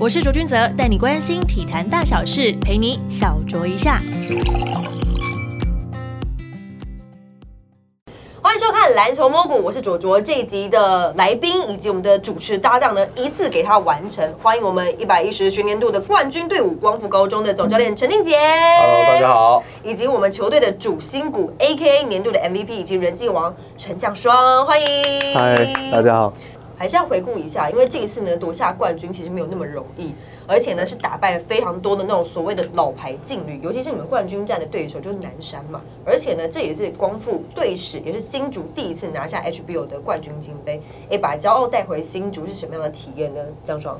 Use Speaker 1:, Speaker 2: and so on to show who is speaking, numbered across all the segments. Speaker 1: 我是卓君泽，带你关心体坛大小事，陪你小酌一下。
Speaker 2: 欢迎收看《篮球摸骨》，我是卓卓。这一集的来宾以及我们的主持搭档呢，一次给他完成。欢迎我们一百一十学年度的冠军队伍光复高中的总教练陈定杰。
Speaker 3: Hello，大家。好。
Speaker 2: 以及我们球队的主心骨，A.K.A 年度的 MVP 以及人气王陈将双，欢迎。
Speaker 3: 嗨，大。家好。
Speaker 2: 还是要回顾一下，因为这一次呢，夺下冠军其实没有那么容易，而且呢是打败了非常多的那种所谓的老牌劲旅，尤其是你们冠军战的对手就是南山嘛。而且呢，这也是光复队史，也是新竹第一次拿下 HBO 的冠军金杯。哎，把骄傲带回新竹是什么样的体验呢？江双，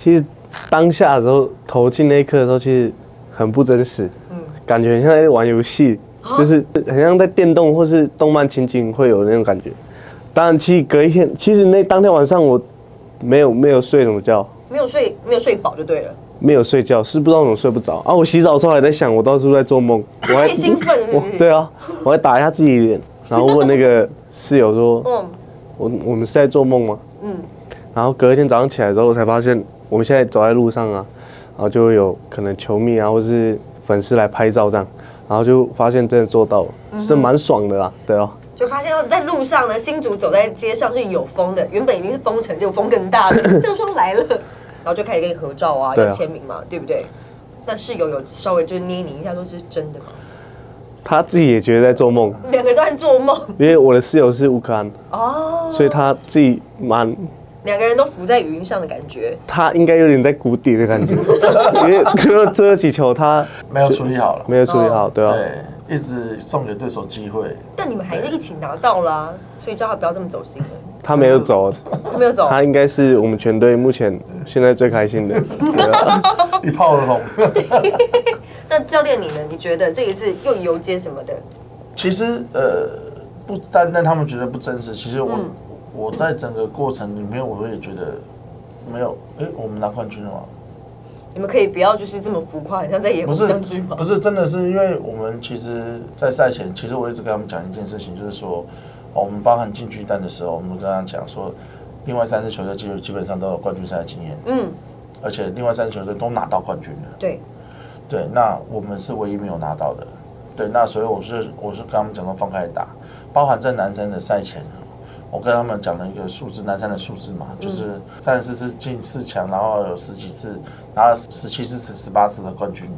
Speaker 3: 其实当下的时候投进那一刻的时候，其实很不真实，
Speaker 2: 嗯，
Speaker 3: 感觉很像在玩游戏，
Speaker 2: 哦
Speaker 3: 就是很像在电动或是动漫情景会有那种感觉。当然，其实隔一天，其实那当天晚上我没有没有睡什么觉，
Speaker 2: 没有睡没有睡饱就对了，
Speaker 3: 没有睡觉，是不知道怎么睡不着啊。我洗澡的时候还在想，我到底是不是在做梦？我
Speaker 2: 太
Speaker 3: 还
Speaker 2: 兴奋了是不是
Speaker 3: 我对啊，我还打一下自己脸，然后问那个室友说：“
Speaker 2: 嗯
Speaker 3: 我我们是在做梦吗？”
Speaker 2: 嗯，
Speaker 3: 然后隔一天早上起来之后，我才发现我们现在走在路上啊，然后就会有可能球迷啊，或是粉丝来拍照这样，然后就发现真的做到了，
Speaker 2: 嗯
Speaker 3: 是蛮爽的啦，对哦。
Speaker 2: 就发现到在路上呢，新竹走在街上是有风的，原本已经是风城，结果风更大了，郑双来了，然后就开始跟你合照啊，
Speaker 3: 对啊
Speaker 2: 要签名嘛，对不对？那室友有稍微就是捏你一下，说这是真的吗？
Speaker 3: 他自己也觉得在做梦，
Speaker 2: 两个人都在做梦
Speaker 3: 因为我的室友是乌克兰，
Speaker 2: 哦，
Speaker 3: 所以他自己蛮，
Speaker 2: 两个人都浮在云上的感觉，
Speaker 3: 他应该有点在谷底的 感觉，因为除了这几球他
Speaker 4: 没有处理好了，
Speaker 3: 没有处理
Speaker 2: 哦
Speaker 3: 好，对啊，
Speaker 4: 对，一直送给对手机会，
Speaker 2: 但你们还是一起拿到啦，所以叫他不要这么走心了，
Speaker 3: 他没有走，
Speaker 2: 他没有走，
Speaker 3: 他应该是我们全队目前现在最开心的，对 啊。
Speaker 4: 一炮而红。
Speaker 2: 那教练你呢？你觉得这一次又游街什么的？
Speaker 4: 其实呃，不单单他们觉得不真实，其实我、我在整个过程里面，我也觉得没有，哎、我们拿冠军了吗？
Speaker 2: 你们可以不要就是这么浮夸，很像在演
Speaker 4: 不
Speaker 2: 偶
Speaker 4: 是
Speaker 2: 像剧吗？
Speaker 4: 不是，真的是因为我们其实，在赛前，其实我一直跟他们讲一件事情，就是说，哦我们包含进巨蛋的时候，我们跟他讲说，另外三支球队基本基本上都有冠军赛的经验，
Speaker 2: 嗯，
Speaker 4: 而且另外三支球队都拿到冠军了。
Speaker 2: 对，
Speaker 4: 对，那我们是唯一没有拿到的。对，那所以我是我是跟他们讲说放开打，包含在南山的赛前，我跟他们讲了一个数字，南山的数字嘛，就是三十四次进四强，然后有十几次拿了十七次、十八次的冠军。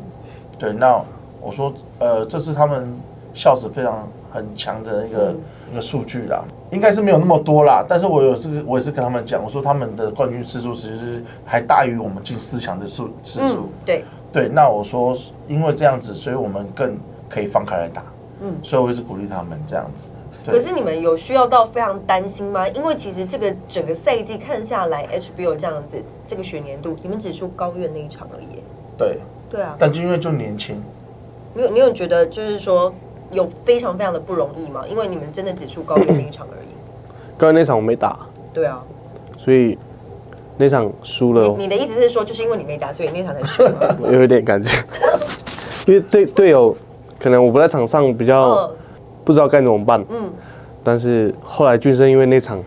Speaker 4: 对，那我说呃，这是他们校史非常很强的一个、一个数据啦，应该是没有那么多啦。但是我有这个，我也是跟他们讲，我说他们的冠军次数其实是还大于我们进四强的数次数。
Speaker 2: 嗯，对，
Speaker 4: 对，那我说，因为这样子，所以我们更可以放开来打。
Speaker 2: 嗯
Speaker 4: 嗯，所以我一直鼓励他们这样子。
Speaker 2: 可
Speaker 4: 对，
Speaker 2: 是你们有需要到非常担心吗？因为其实这个整个赛季看下来，HBO 这样子，这个学年度你们只输高院那一场而已。
Speaker 4: 对，
Speaker 2: 对啊，
Speaker 4: 但就因为就年轻，
Speaker 2: 你有你有觉得就是说有非常非常的不容易吗？因为你们真的只输高院那一场而已。
Speaker 3: 刚才那场我没打，
Speaker 2: 对啊，
Speaker 3: 所以那场输了
Speaker 2: 你你的意思是说，就是因为你没打，所以那场才输吗？
Speaker 3: 有一点感觉， 因为队队友可能我不在场上比较
Speaker 2: 嗯
Speaker 3: 不知道该怎么办，
Speaker 2: 嗯，
Speaker 3: 但是后来俊生因为那场，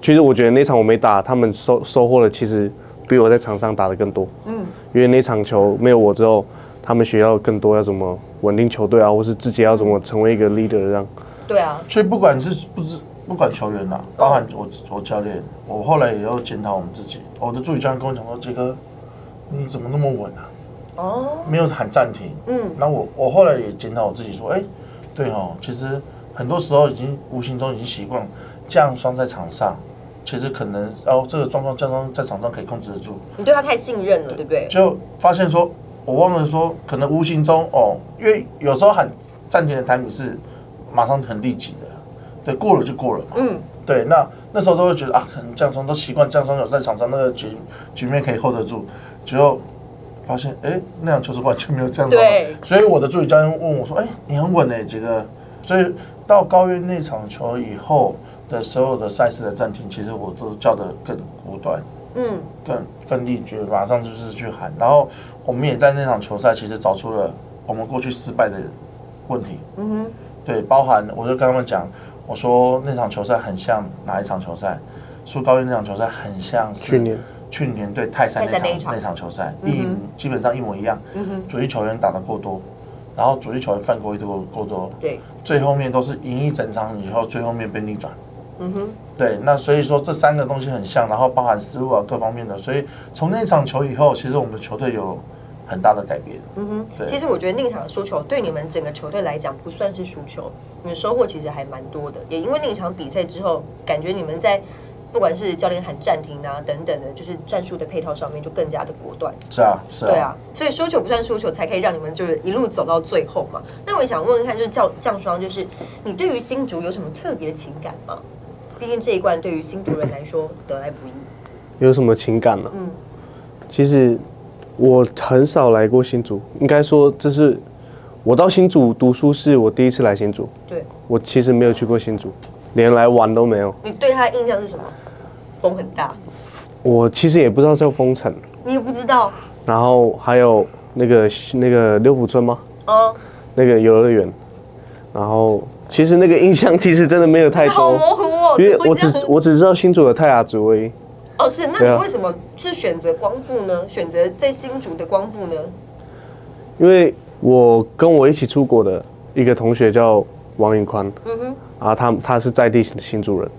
Speaker 3: 其实我觉得那场我没打，他们收收获的其实比我在场上打的更多，
Speaker 2: 嗯
Speaker 3: 嗯，因为那场球没有我之后，他们学到更多要怎么稳定球队啊，或是自己要怎么成为一个 leader 这样，
Speaker 2: 对啊，
Speaker 4: 所以不管是不知不管球员啦，包含我我教练，我后来也要检讨我们自己。我的助理教练跟我讲说：“杰哥，你怎么那么稳啊？
Speaker 2: 哦，
Speaker 4: 没有喊暂停。”
Speaker 2: 嗯，
Speaker 4: 那我我后来也检讨我自己说：“哎，对哦，其实很多时候已经无形中已经习惯这样双在场上，其实可能哦这个状况这样双在场上可以控制得住。”
Speaker 2: 你对他太信任了，对不对？
Speaker 4: 就发现说，我忘了说，可能无形中哦，因为有时候喊暂停的台语是马上很立即的，对，过了就过了嘛。
Speaker 2: 嗯，
Speaker 4: 对，那那时候都会觉得啊，可能降双都习惯降双有在场上那个局局面可以 hold 得住，结果发现哎、那样球是完全没有降双
Speaker 2: 对，
Speaker 4: 所以我的助理教练问我说，哎、你很稳哎、杰哥。所以到高院那场球以后的所有的赛事的暂停，其实我都叫得更果断。
Speaker 2: 嗯，
Speaker 4: 更更力觉，马上就是去喊。然后我们也在那场球赛，其实找出了我们过去失败的问题。
Speaker 2: 嗯哼，
Speaker 4: 对，包含我就跟他们讲，我说那场球赛很像哪一场球赛？苏高院那场球赛很像是
Speaker 3: 去年
Speaker 4: 去年对泰山
Speaker 2: 泰山那
Speaker 4: 那
Speaker 2: 一场
Speaker 4: 场那场球赛，
Speaker 2: 嗯哼
Speaker 4: 一基本上一模一样，
Speaker 2: 嗯哼，
Speaker 4: 主力球员打得够多，然后主力球员犯规多够多，
Speaker 2: 对，
Speaker 4: 最后面都是赢一整场以后，最后面被逆转。
Speaker 2: 嗯哼，
Speaker 4: 对，那所以说这三个东西很像，然后包含失误啊各方面的，所以从那场球以后，其实我们球队有很大的改变。
Speaker 2: 嗯哼。
Speaker 4: 对
Speaker 2: 其实我觉得那场输球对你们整个球队来讲不算是输球，你们收获其实还蛮多的。也因为那场比赛之后，感觉你们在不管是教练喊暂停啊等等的，就是战术的配套上面就更加的果断。
Speaker 4: 是啊，是
Speaker 2: 对啊，所以输球不算输球，才可以让你们就是一路走到最后嘛。那我也想问问看，就是教降霜，就是你对于新竹有什么特别的情感吗？毕竟这一冠对于新竹人来说得来不易。
Speaker 3: 有什么情感呢、
Speaker 2: 嗯
Speaker 3: 其实我很少来过新竹，应该说这是我到新竹读书是我第一次来新竹。
Speaker 2: 对，
Speaker 3: 我其实没有去过新竹，连来玩都没有。
Speaker 2: 你对他的印象是什么？风很大，
Speaker 3: 我其实也不知道叫封城，
Speaker 2: 你也不知道
Speaker 3: 然后还有那个那个六福村吗？
Speaker 2: 哦，
Speaker 3: 那个游乐园，然后其实那个印象其实真的没有太
Speaker 2: 好
Speaker 3: 多，
Speaker 2: 模糊哦。
Speaker 3: 因
Speaker 2: 怎
Speaker 3: 为
Speaker 2: 么
Speaker 3: 我
Speaker 2: 会这
Speaker 3: 只
Speaker 2: 样
Speaker 3: 我只知道新竹有泰雅族而已。
Speaker 2: 哦是，那
Speaker 3: 对啊
Speaker 2: 你为什么是选择光复呢？选择在新竹的光复呢？
Speaker 3: 因为我跟我一起出国的一个同学叫王颖宽，
Speaker 2: 嗯哼，
Speaker 3: 啊，他他是在地的新竹人，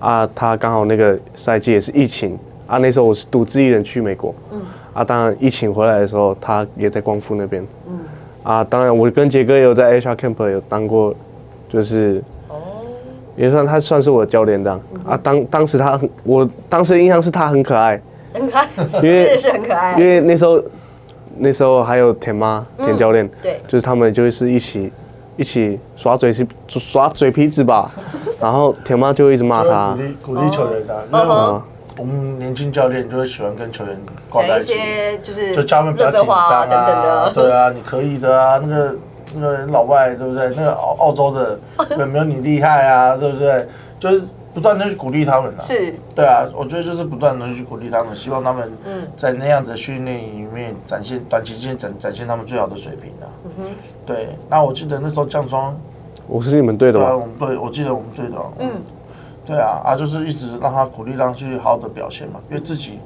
Speaker 3: 啊，他刚好那个赛季也是疫情，啊，那时候我是独自一人去美国，
Speaker 2: 嗯
Speaker 3: 啊，当然疫情回来的时候，他也在光复那边，
Speaker 2: 嗯
Speaker 3: 啊，当然我跟杰哥也有在 HR Camp 有当过，就是
Speaker 2: 哦，嗯
Speaker 3: 也算他算是我的教练这样，啊，当当时他很，我当时的印象是他很可爱，
Speaker 2: 很 可爱，
Speaker 3: 为
Speaker 2: 是的是很可爱
Speaker 3: 因。为那时候那时候还有田妈田教练，
Speaker 2: 嗯对
Speaker 3: 就是他们就是一起一起耍嘴是耍嘴皮子吧， 然后田妈就一直骂他
Speaker 4: 鼓，励鼓励球员啊，因
Speaker 2: 哦
Speaker 4: 为我
Speaker 2: 哦
Speaker 3: 啊，
Speaker 4: 我们年轻教练就会喜欢跟球员挂
Speaker 2: 讲
Speaker 4: 在
Speaker 2: 一
Speaker 4: 一起，
Speaker 2: 些就是
Speaker 4: 就教他们不要
Speaker 2: 垃
Speaker 4: 紧
Speaker 2: 圾
Speaker 4: 张
Speaker 2: 话啊等等
Speaker 4: 啊，
Speaker 2: 的，
Speaker 4: 对啊，你可以的啊，那个那个人老外对不对？那个澳澳洲 的有没有你厉害啊，对不对？就是不断的去鼓励他们啊，
Speaker 2: 是，
Speaker 4: 对啊，我觉得就是不断的去鼓励他们，希望他们
Speaker 2: 嗯
Speaker 4: 在那样子训练里面展现短期之间展展现他们最好的水平啊。
Speaker 2: 嗯
Speaker 4: 对，那我记得那时候降霜，
Speaker 3: 我是你们队的
Speaker 4: 对啊，
Speaker 3: 吗？
Speaker 4: 我们队，我记得我们队的，嗯，
Speaker 2: 嗯，
Speaker 4: 对啊，啊，就是一直让他鼓励，让他去好好的表现嘛，因为自己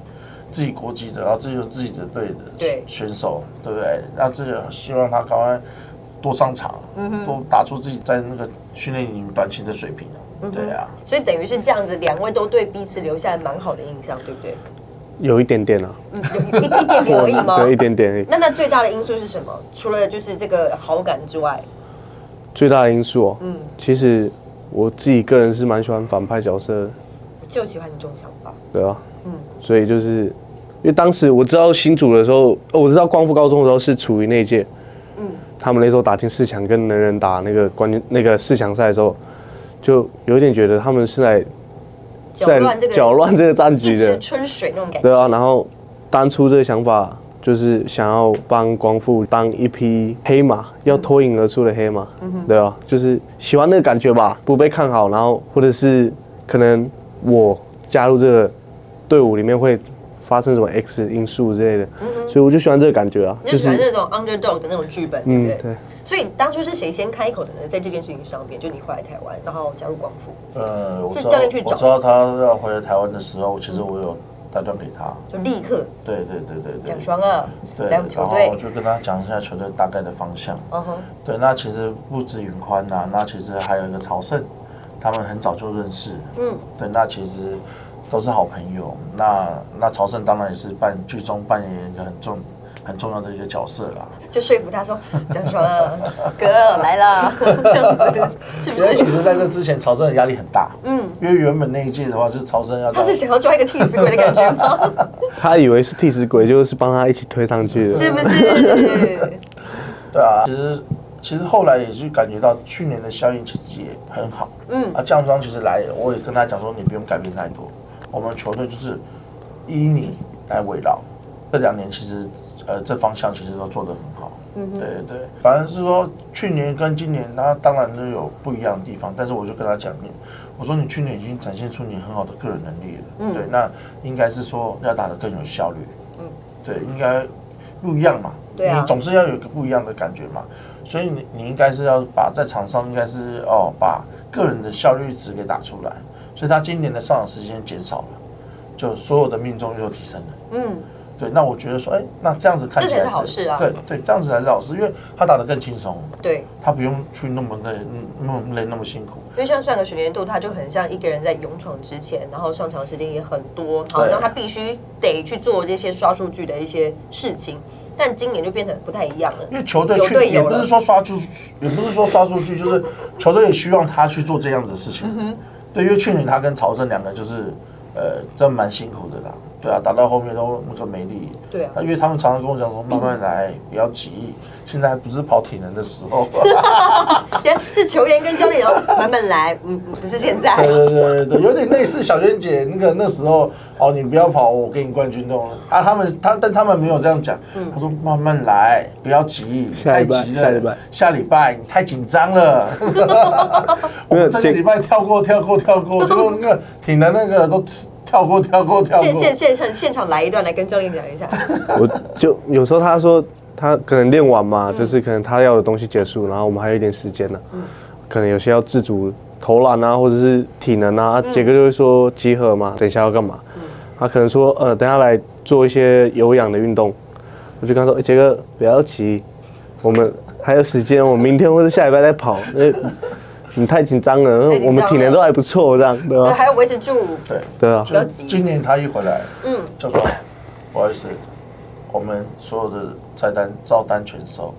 Speaker 4: 自己国籍的，然后自己有自己的队的
Speaker 2: 对
Speaker 4: 选手，对不对？那这个希望他赶快多上场，
Speaker 2: 嗯
Speaker 4: 多打出自己在那个训练营短期的水平啊、
Speaker 2: 嗯
Speaker 4: 对啊，
Speaker 2: 所以等于是这样子，两位都对彼此留下蛮好的印象，对不对？
Speaker 3: 有一点点啊，
Speaker 2: 嗯，有一一点点而已 吗？
Speaker 3: 对，一点点而已。
Speaker 2: 那那最大的因素是什么？除了就是这个好感之外，
Speaker 3: 最大的因素哦，
Speaker 2: 嗯，
Speaker 3: 其实我自己个人是蛮喜欢反派角色的，
Speaker 2: 我就喜欢你这种想法。
Speaker 3: 对啊，
Speaker 2: 嗯
Speaker 3: 所以就是因为当时我知道新组的时候，哦我知道光复高中的时候是处于那一届，
Speaker 2: 嗯
Speaker 3: 他们那时候打进四强跟能人打那个冠军那个四强赛的时候，就有点觉得他们是来
Speaker 2: 搅乱这个
Speaker 3: 搅乱这个战
Speaker 2: 一
Speaker 3: 局
Speaker 2: 池
Speaker 3: 的，
Speaker 2: 春水那种感觉。
Speaker 3: 对啊，然后当初这个想法就是想要帮光复当一匹黑马，要脱颖而出的黑马，
Speaker 2: 嗯
Speaker 3: 对啊，就是喜欢那个感觉吧，不被看好，然后或者是可能我加入这个队伍里面会发生什么 X 因素之类的，所以我就喜欢这个感觉啊，
Speaker 2: 嗯你就喜欢那种 underdog 的那种剧本，对不
Speaker 3: 嗯
Speaker 2: 对？
Speaker 3: 对。
Speaker 2: 所以当初是谁先开口的呢？在这件事情上面，就你回来台湾，然后加入光复，
Speaker 4: 呃，我
Speaker 2: 是
Speaker 4: 知道
Speaker 2: 教练去
Speaker 4: 我
Speaker 2: 找
Speaker 4: 知道他要回来台湾的时候，其实我有打电话给他，
Speaker 2: 就立刻
Speaker 4: 对对对对对
Speaker 2: 讲，双二
Speaker 4: 嗯对，
Speaker 2: 来
Speaker 4: 然
Speaker 2: 我们球
Speaker 4: 后
Speaker 2: 队
Speaker 4: 我。就跟他讲一下球队大概的方向。
Speaker 2: 嗯哼，
Speaker 4: 对，那其实不止云宽呐、那其实还有一个朝圣，他们很早就认识。
Speaker 2: 嗯，
Speaker 4: 对，那其实都是好朋友。那那朝圣当然也是扮剧中扮演一个很重很重要的一个角色啦。
Speaker 2: 就说服他说讲双二 哥来了， 这样子是不
Speaker 4: 因为其
Speaker 2: 是？
Speaker 4: 实在这之前，朝圣的压力很大，
Speaker 2: 嗯，
Speaker 4: 因为原本那一届的话，就是朝圣要
Speaker 2: 他
Speaker 4: 到
Speaker 2: 是想要抓一个替死鬼的感觉 吗？
Speaker 3: 他以为是替死鬼，就是帮他一起推上去的，
Speaker 2: 是不是？
Speaker 4: 对啊，其实其实后来也是感觉到去年的效应其实也很好。
Speaker 2: 嗯
Speaker 4: 啊，降霜其实来，我也跟他讲说，你不用改变太多，我们球队就是以你来围绕。这两年其实呃这方向其实都做得很好。
Speaker 2: 嗯哼
Speaker 4: 对对，反正是说去年跟今年，那当然都有不一样的地方，但是我就跟他讲，你我说你去年已经展现出你很好的个人能力了，
Speaker 2: 嗯
Speaker 4: 对，那应该是说要打得更有效率，
Speaker 2: 嗯
Speaker 4: 嗯，对，应该不一样嘛，
Speaker 2: 对啊
Speaker 4: 你总是要有一个不一样的感觉嘛，所以你你应该是要把在场上应该是哦把个人的效率值给打出来，所以他今年的上场时间减少了，就所有的命中率都提升了。
Speaker 2: 嗯，
Speaker 4: 对，那我觉得说，哎，那这样子看起来
Speaker 2: 这才是好事啊
Speaker 4: 对对，这样子才是好事，因为他打得更轻松，
Speaker 2: 对，
Speaker 4: 他不用去那么累、那么累、那么辛苦。
Speaker 2: 因为像上个学年度，他就很像一个人在勇闯之前，然后上场时间也很多，好，
Speaker 4: 对
Speaker 2: 然后他必须得去做这些刷数据的一些事情。但今年就变得不太一样了，
Speaker 4: 因为球队
Speaker 2: 有
Speaker 4: 去
Speaker 2: 队
Speaker 4: 也
Speaker 2: 友
Speaker 4: 不
Speaker 2: 了
Speaker 4: 是说刷出，也不是说刷出去，就是球队也希望他去做这样子的事
Speaker 2: 嗯
Speaker 4: 情。对，因为去年他跟曹正两个就是，呃，真蛮辛苦的啦。对啊，打到后面都那个没力。
Speaker 2: 对啊
Speaker 4: 那因为他们常常跟我讲说，慢慢来，不要急，现在不是跑体能的时 候。
Speaker 2: 是球员跟教练哦，慢慢来，嗯，不是现在
Speaker 4: 对，对对对对，有点类似小娟姐那个那时候哦，你不要跑，我给你冠军中啊。他们他但他们没有这样讲，
Speaker 2: 嗯
Speaker 4: 他说慢慢来，不要急，
Speaker 3: 下
Speaker 4: 太
Speaker 3: 礼拜
Speaker 4: 急了。
Speaker 3: 下礼拜
Speaker 4: 下礼拜你太紧张 了。我
Speaker 3: 没有
Speaker 4: 们这个
Speaker 3: 这
Speaker 4: 礼拜跳过跳过 跳过，结果那个体能那个都跳过跳过跳过
Speaker 2: 现。现现场现场来一段来跟教练讲一下，
Speaker 4: 啊
Speaker 3: 我就有时候他说他可能练完嘛，
Speaker 2: 嗯
Speaker 3: 就是可能他要的东西结束，然后我们还有一点时间呢、可能有些要自主投篮啊，或者是体能啊，
Speaker 2: 嗯
Speaker 3: 杰哥就会说集合嘛，等一下要干嘛？他可能说呃，等一下来做一些有氧的运动，我就跟他说，欸杰、哥不要急，我们还有时间，我们明天或者下礼拜再跑。呃你太紧张了，
Speaker 2: 紧张了
Speaker 3: 我们体能都还不错，这样对
Speaker 2: 对，
Speaker 3: 吧？
Speaker 2: 还要维持住，
Speaker 4: 对，
Speaker 3: 对啊，
Speaker 2: 不要急
Speaker 4: 今年他一回来，
Speaker 2: 嗯，
Speaker 4: 就说不好意思，我们所有的菜单照单全收，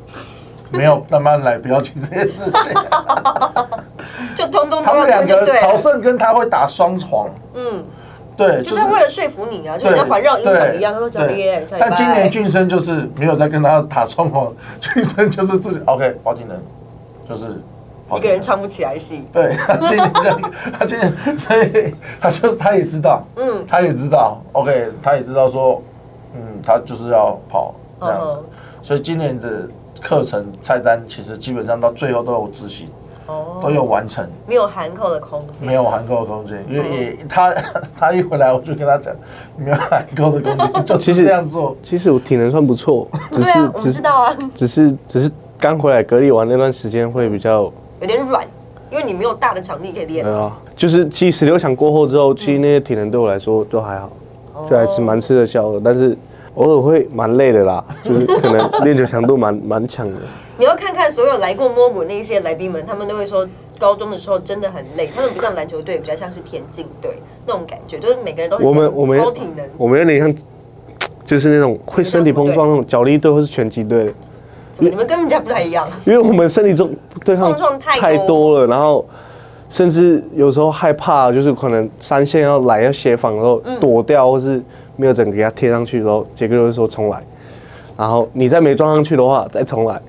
Speaker 4: 没有慢慢来，不要急这件事情。
Speaker 2: 就通通
Speaker 4: 他
Speaker 2: 都要
Speaker 4: 们两
Speaker 2: 对
Speaker 4: 个
Speaker 2: 就对
Speaker 4: 曹
Speaker 2: 了，
Speaker 4: 胜跟他会打双床，
Speaker 2: 嗯，
Speaker 4: 对，
Speaker 2: 就是为了说服你啊，就像环绕音响一样，他说教练，下礼拜
Speaker 4: 但今年俊生就是没有在跟他打双簧， 俊生就是自己 OK 保技能，就是
Speaker 2: 一个人。唱不起来戏，
Speaker 4: 对，他今年这样，他今年所以他就他也知道，
Speaker 2: 嗯，
Speaker 4: 他也知道，OK，他也知道说，嗯，他就是要跑这样子
Speaker 2: 嗯，
Speaker 4: 所以今年的课程菜单其实基本上到最后都有执行，都
Speaker 2: 哦，
Speaker 4: 有完成。
Speaker 2: 没有含扣的空间，
Speaker 4: 没有函购的空间，因为也他 他一回来我就跟他讲，没有函购的空 间，就
Speaker 3: 其
Speaker 4: 是
Speaker 3: 实
Speaker 4: 这样做。
Speaker 3: 其实我体能算不错，只
Speaker 2: 对啊，我
Speaker 3: 是
Speaker 2: 们
Speaker 3: 只
Speaker 2: 知道啊，
Speaker 3: 只是只是刚回来隔离完那段时间会比较，
Speaker 2: 有点软，因为你没有大的场地可以练
Speaker 3: 对，啊，就是其实十六强过后之后，其实那些体能对我来说都还好，就还是蛮吃得消的，但是偶尔会蛮累的啦，就是可能练球强度蛮蛮强的。
Speaker 2: 你要看看所有来过摸骨那些来宾们，他们都会说，高中的时候真的很累，他们不像篮球队，比较像是田径队那种感觉，就是每个人都很
Speaker 3: 我们我们
Speaker 2: 超体能，
Speaker 3: 我们有点像，就是那种会身体碰撞那种脚力队或是拳击队的，
Speaker 2: 怎么你们跟人家不太一样？
Speaker 3: 因为我们身体中对抗
Speaker 2: 碰撞太多
Speaker 3: 太多了，然后甚至有时候害怕，就是可能三线要来要协防的时候
Speaker 2: 嗯
Speaker 3: 躲掉，或是没有整个给它贴上去的时候，杰哥就会说重来。然后你再没撞上去的话，再重来。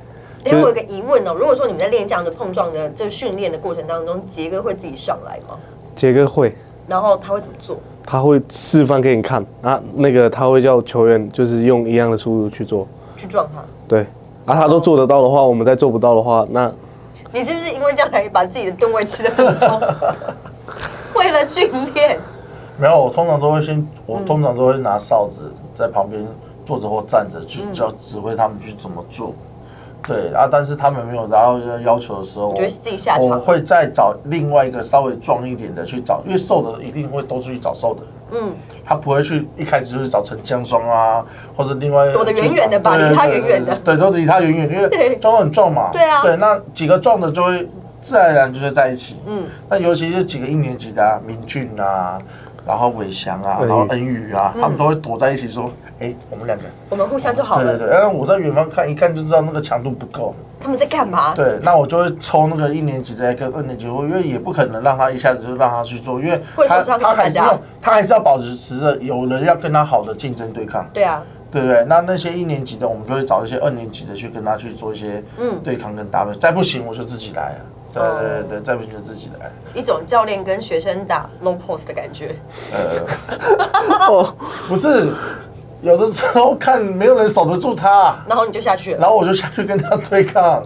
Speaker 2: 因为我有个疑问哦，如果说你们在练这样的碰撞的这训练的过程当中，杰哥会自己上来吗？
Speaker 3: 杰哥会，
Speaker 2: 然后他会怎么做？
Speaker 3: 他会示范给你看啊，那个他会叫球员就是用一样的速度去做，
Speaker 2: 去撞他？
Speaker 3: 对。啊，他都做得到的话，我们再做不到的话，那
Speaker 2: 你是不是因为这样才把自己的吨位吃的这么 重？为了训练，
Speaker 4: 没有，我通常都会先，我通常都会拿哨子在旁边坐着或站着去教指挥他们去怎么做。对啊，但是他们没有达到要求的时候，我
Speaker 2: 觉得是自己下场
Speaker 4: 我会再找另外一个稍微壮一点的去找，因为瘦的一定会都是去找瘦的。
Speaker 2: 嗯，
Speaker 4: 他不会去一开始就是找陈江双啊，或者另外
Speaker 2: 躲得远远的吧
Speaker 4: 对
Speaker 2: 离他
Speaker 4: 对
Speaker 2: 远远的
Speaker 4: 对，都离他远远，因
Speaker 2: 对
Speaker 4: 为装得很壮嘛，
Speaker 2: 对啊
Speaker 4: 对，那几个壮的就会自然而然就会在一起，
Speaker 2: 嗯
Speaker 4: 嗯，那尤其是几个一年级的啊，明俊啊，然后伟翔啊，
Speaker 3: 哎
Speaker 4: 然后恩宇啊，
Speaker 2: 嗯
Speaker 4: 他们都会躲在一起说，哎，我们两个，
Speaker 2: 我们互相就好
Speaker 4: 对对
Speaker 2: 了。
Speaker 4: 对，然后我在远方看一看就知道那个强度不够，
Speaker 2: 他们在干嘛？
Speaker 4: 对，那我就会抽那个一年级的跟二年级，因为也不可能让他一下子就让他去做，因为
Speaker 2: 会
Speaker 4: 他
Speaker 2: 受伤
Speaker 4: 他
Speaker 2: 大
Speaker 4: 还是
Speaker 2: 家
Speaker 4: 要他还是要保持着有人要跟他好的竞争对抗，
Speaker 2: 对啊，
Speaker 4: 对不对？那那些一年级的，我们就会找一些二年级的去跟他去做一些
Speaker 2: 嗯
Speaker 4: 对抗跟搭配，再不行我就自己来啊。对
Speaker 2: 哦
Speaker 4: 对对，再不行就自己来。
Speaker 2: 一种教练跟学生打 low post 的感觉。
Speaker 4: 呃， 不是，有的时候看没有人守得住他，
Speaker 2: 然后你就下去了。
Speaker 4: 然后我就下去跟他对抗。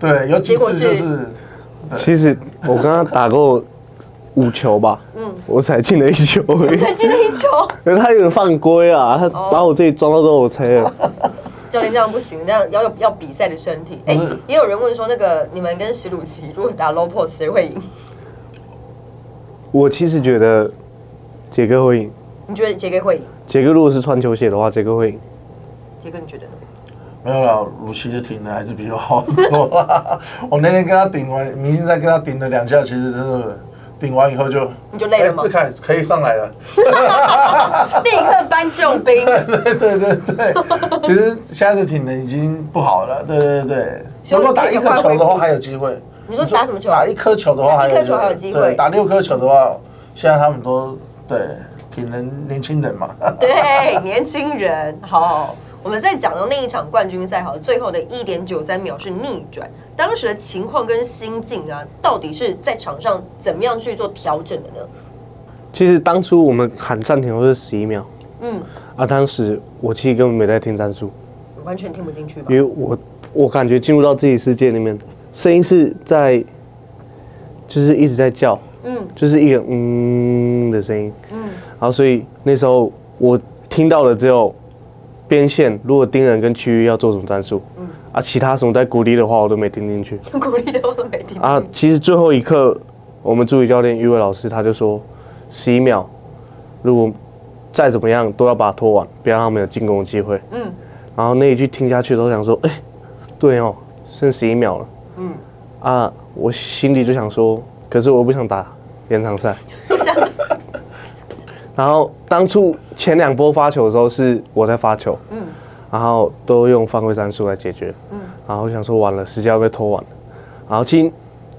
Speaker 4: 对，有几
Speaker 2: 结果
Speaker 4: 次
Speaker 2: 是
Speaker 4: 就是
Speaker 3: 其实我刚刚打过五球吧，嗯，我才进了一球 而已。
Speaker 2: 才进了一球，
Speaker 3: 因为他有点犯规啊，他把我自己撞到之后，我才
Speaker 2: 教练这样不行，这样要有要比赛的身体。哎、
Speaker 4: 不是
Speaker 2: 也有人问说，那个你们跟史鲁奇如果打 low post 谁会赢？
Speaker 3: 我其实觉得杰哥会赢，
Speaker 2: 你觉得杰哥会赢？
Speaker 3: 杰哥如果是穿球鞋的话，杰哥会赢。
Speaker 2: 杰哥你觉得呢？
Speaker 4: 没有了，鲁西的停的还是比我好多啦。我那天跟他顶完，明天再跟他顶了两下，其实真的顶完以后就
Speaker 2: 你就累了吗
Speaker 4: 哎这看可以上来了。
Speaker 2: 立刻搬救兵。
Speaker 4: 对对对对，其实现在的体能已经不好了，对对对。
Speaker 2: 所以
Speaker 4: 如果打一颗球
Speaker 2: 有快恢
Speaker 4: 的话
Speaker 2: 复
Speaker 4: 还有机会。
Speaker 2: 你说打什么球？
Speaker 4: 打一颗球的话
Speaker 2: 打
Speaker 4: 还
Speaker 2: 一
Speaker 4: 有
Speaker 2: 颗球还有机会
Speaker 4: 对打六颗球的话，现在他们都对体能年轻人嘛。
Speaker 2: 对，年轻人，好。我们再讲到那一场冠军赛，好，最后的一点九三秒是逆转，当时的情况跟心境啊，到底是在场上怎么样去做调整的呢？
Speaker 3: 其实当初我们喊暂停后是十一秒
Speaker 2: 嗯，
Speaker 3: 啊，当时我其实根本没在听战术，
Speaker 2: 完全听不进去吧
Speaker 3: 因？为我我感觉进入到自己世界里面，声音是在，就是一直在叫，
Speaker 2: 嗯
Speaker 3: 就是一个嗯的声音，
Speaker 2: 嗯，
Speaker 3: 然后所以那时候我听到的只有边线，如果盯人跟区域要做什么战术，
Speaker 2: 嗯
Speaker 3: 啊，其他什么在鼓励的话我都没听进去
Speaker 2: 鼓励的我都没听进去。
Speaker 3: 啊。其实最后一刻，我们助理教练于伟老师他就说，十一秒，如果再怎么样都要把它拖完，不要让他们有进攻的机会。
Speaker 2: 嗯
Speaker 3: 然后那一句听下去都想说，哎、对哦，剩十一秒了
Speaker 2: 嗯，
Speaker 3: 啊，我心里就想说，可是我不想打延长赛。
Speaker 2: 不想
Speaker 3: 然后当初前两波发球的时候是我在发球，
Speaker 2: 嗯
Speaker 3: 然后都用犯规战术来解决，
Speaker 2: 嗯
Speaker 3: 然后我想说完了，时间要被拖完了，然后其实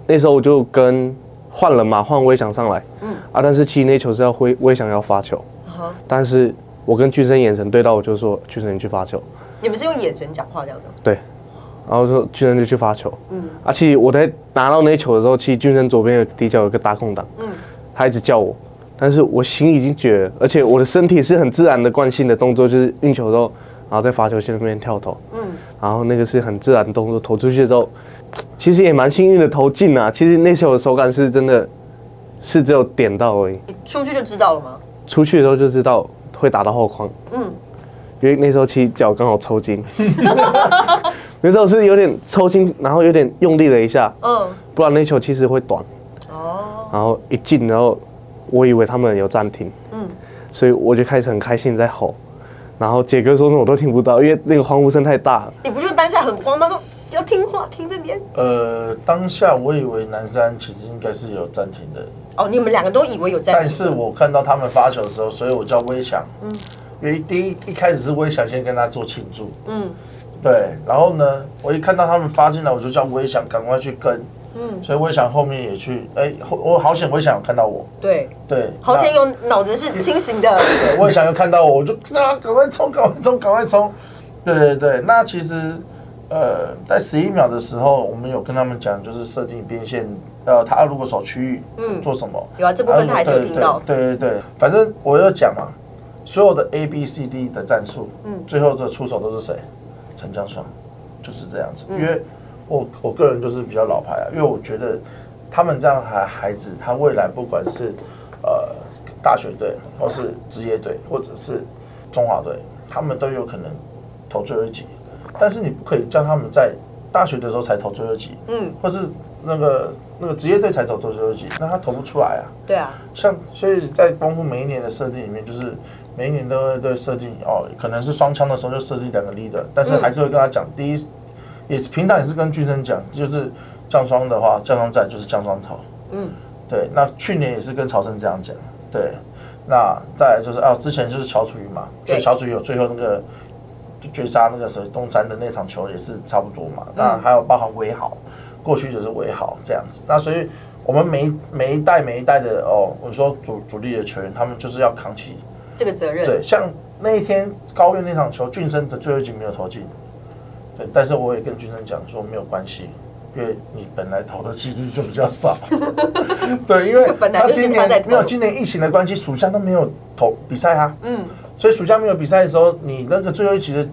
Speaker 3: 那时候我就跟换人嘛，换威翔上来，
Speaker 2: 嗯
Speaker 3: 啊，但是其实那球是要挥威翔要发球，
Speaker 2: 啊哈
Speaker 3: 但是我跟巨生眼神对到，我就说巨生你去发球，
Speaker 2: 你们是用眼神讲话这样子吗？
Speaker 3: 对，然后说巨生就去发球，
Speaker 2: 嗯
Speaker 3: 啊，其实我在拿到那球的时候，其实巨生左边有底角有个大空档，
Speaker 2: 嗯
Speaker 3: 他一直叫我，但是我心已经绝了，而且我的身体是很自然的惯性的动作，就是运球的时候，然后在罚球线那边跳投，
Speaker 2: 嗯，
Speaker 3: 然后那个是很自然的动作，投出去的时候，其实也蛮幸运的投进啊。其实那球的手感是真的，是只有点到而已，
Speaker 2: 你出去就知道了吗？
Speaker 3: 出去的时候就知道会打到后框，
Speaker 2: 嗯，
Speaker 3: 因为那时候其实脚刚好抽筋， 那时候是有点抽筋，然后有点用力了一下，
Speaker 2: 嗯
Speaker 3: 不然那球其实会短。
Speaker 2: 哦
Speaker 3: 然后一进，然后我以为他们有暂停，
Speaker 2: 嗯
Speaker 3: 所以我就开始很开心地在吼，然后杰哥说什么我都听不到，因为那个欢呼声太大了。
Speaker 2: 你不就当下很慌吗？说要听话，听这边。
Speaker 4: 呃，当下我以为南山其实应该是有暂停的，
Speaker 2: 哦，你们两个都以为有在
Speaker 4: 但是我看到他们发球的时候，所以我叫威翔。
Speaker 2: 嗯
Speaker 4: 因为第一一开始是威翔先跟他做庆祝，
Speaker 2: 嗯
Speaker 4: 对，然后呢，我一看到他们发进来，我就叫威翔赶快去跟，
Speaker 2: 嗯，
Speaker 4: 所以威翔后面也去，哎、后我好险威翔有看到我，
Speaker 2: 对，
Speaker 4: 对，
Speaker 2: 好
Speaker 4: 那
Speaker 2: 险有脑子是清醒的。
Speaker 4: 对我也想要看到我，我就啊，赶快冲，赶快冲，赶快冲！对对对，那其实呃，在十一秒的时候，我们有跟他们讲，就是设定边线，呃，他如果守区域，
Speaker 2: 嗯
Speaker 4: 嗯，做什么？
Speaker 2: 有啊，这部分他还是有
Speaker 4: 对对
Speaker 2: 听到。
Speaker 4: 呃对对对，反正我有讲嘛，所有的 A B C D 的战术，
Speaker 2: 嗯
Speaker 4: 嗯，最后的出手都是谁？陈江爽，就是这样子。
Speaker 2: 嗯
Speaker 4: 因为我我个人就是比较老牌啊，因为我觉得他们这样孩孩子，他未来不管是呃大学队，或是职业队，或者是中华队，他们都有可能投最后一集。但是你不可以叫他们在大学的时候才投最后一集，
Speaker 2: 嗯，
Speaker 4: 或是那个那个职业队才投最后一集，那他投不出来啊。
Speaker 2: 对啊，
Speaker 4: 像所以在光复每一年的设定里面，就是每一年都会对设定哦，可能是双枪的时候就设定两个 leader，但是还是会跟他讲，第一也是平常也是跟俊生讲，就是降双的话，降双战就是降双头。
Speaker 2: 嗯，
Speaker 4: 对，那去年也是跟曹生这样讲，对。那再来就是啊，之前就是乔楚瑜嘛，
Speaker 2: 对
Speaker 4: 就乔楚瑜有最后那个绝杀那个谁东山的那场球也是差不多嘛。那还有包含威豪，过去就是威豪这样子。那所以我们每一每一代每一代的哦，我说主主力的球员，他们就是要扛起
Speaker 2: 这个责任。
Speaker 4: 对，像那一天高院那场球，俊生的最后一集没有投进，对，但是我也跟俊生讲说没有关系，因为你本来投的几率就比 较少，对，因为
Speaker 2: 本来就是
Speaker 4: 今
Speaker 2: 他
Speaker 4: 年
Speaker 2: 在投
Speaker 4: 没有今年疫情的关系，暑假都没有投比赛啊，
Speaker 2: 嗯，
Speaker 4: 所以暑假没有比赛的时候，你那个最后一集的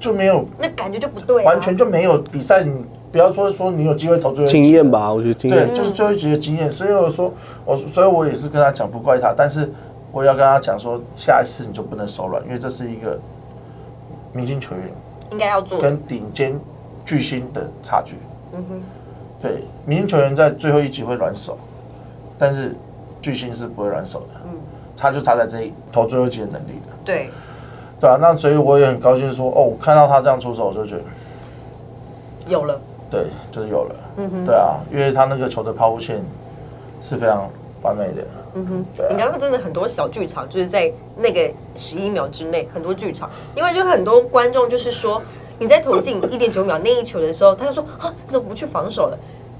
Speaker 4: 就没有，
Speaker 2: 那感觉就不对啊。
Speaker 4: 完全就没有比赛，你不要说说你有机会投最后一集
Speaker 3: 经验吧，我觉得经验
Speaker 4: 对，。就是最后一集的经验。所以我说，我所以我也是跟他讲，不怪他，但是我要跟他讲说，下一次你就不能手软，因为这是一个明星球员
Speaker 2: 应该要做。
Speaker 4: 跟顶尖巨星的差距。
Speaker 2: 嗯哼，
Speaker 4: 对，明星球员在最后一集会软手，但是巨星是不会软手的。
Speaker 2: 嗯
Speaker 4: 差就差在这一投最后一击的能力了，
Speaker 2: 对，
Speaker 4: 对啊，那所以我也很高兴说，哦，我看到他这样出手，我就觉得
Speaker 2: 有了，
Speaker 4: 对，就是有了，
Speaker 2: 嗯哼，
Speaker 4: 对啊，因为他那个球的抛物线是非常完美的，
Speaker 2: 嗯哼，
Speaker 4: 对啊
Speaker 2: 你刚刚真的很多小剧场，就是在那个十一秒之内，很多剧场，因为就很多观众就是说你在投进一点九秒那一球的时候，他就说啊，你怎么不去防守了？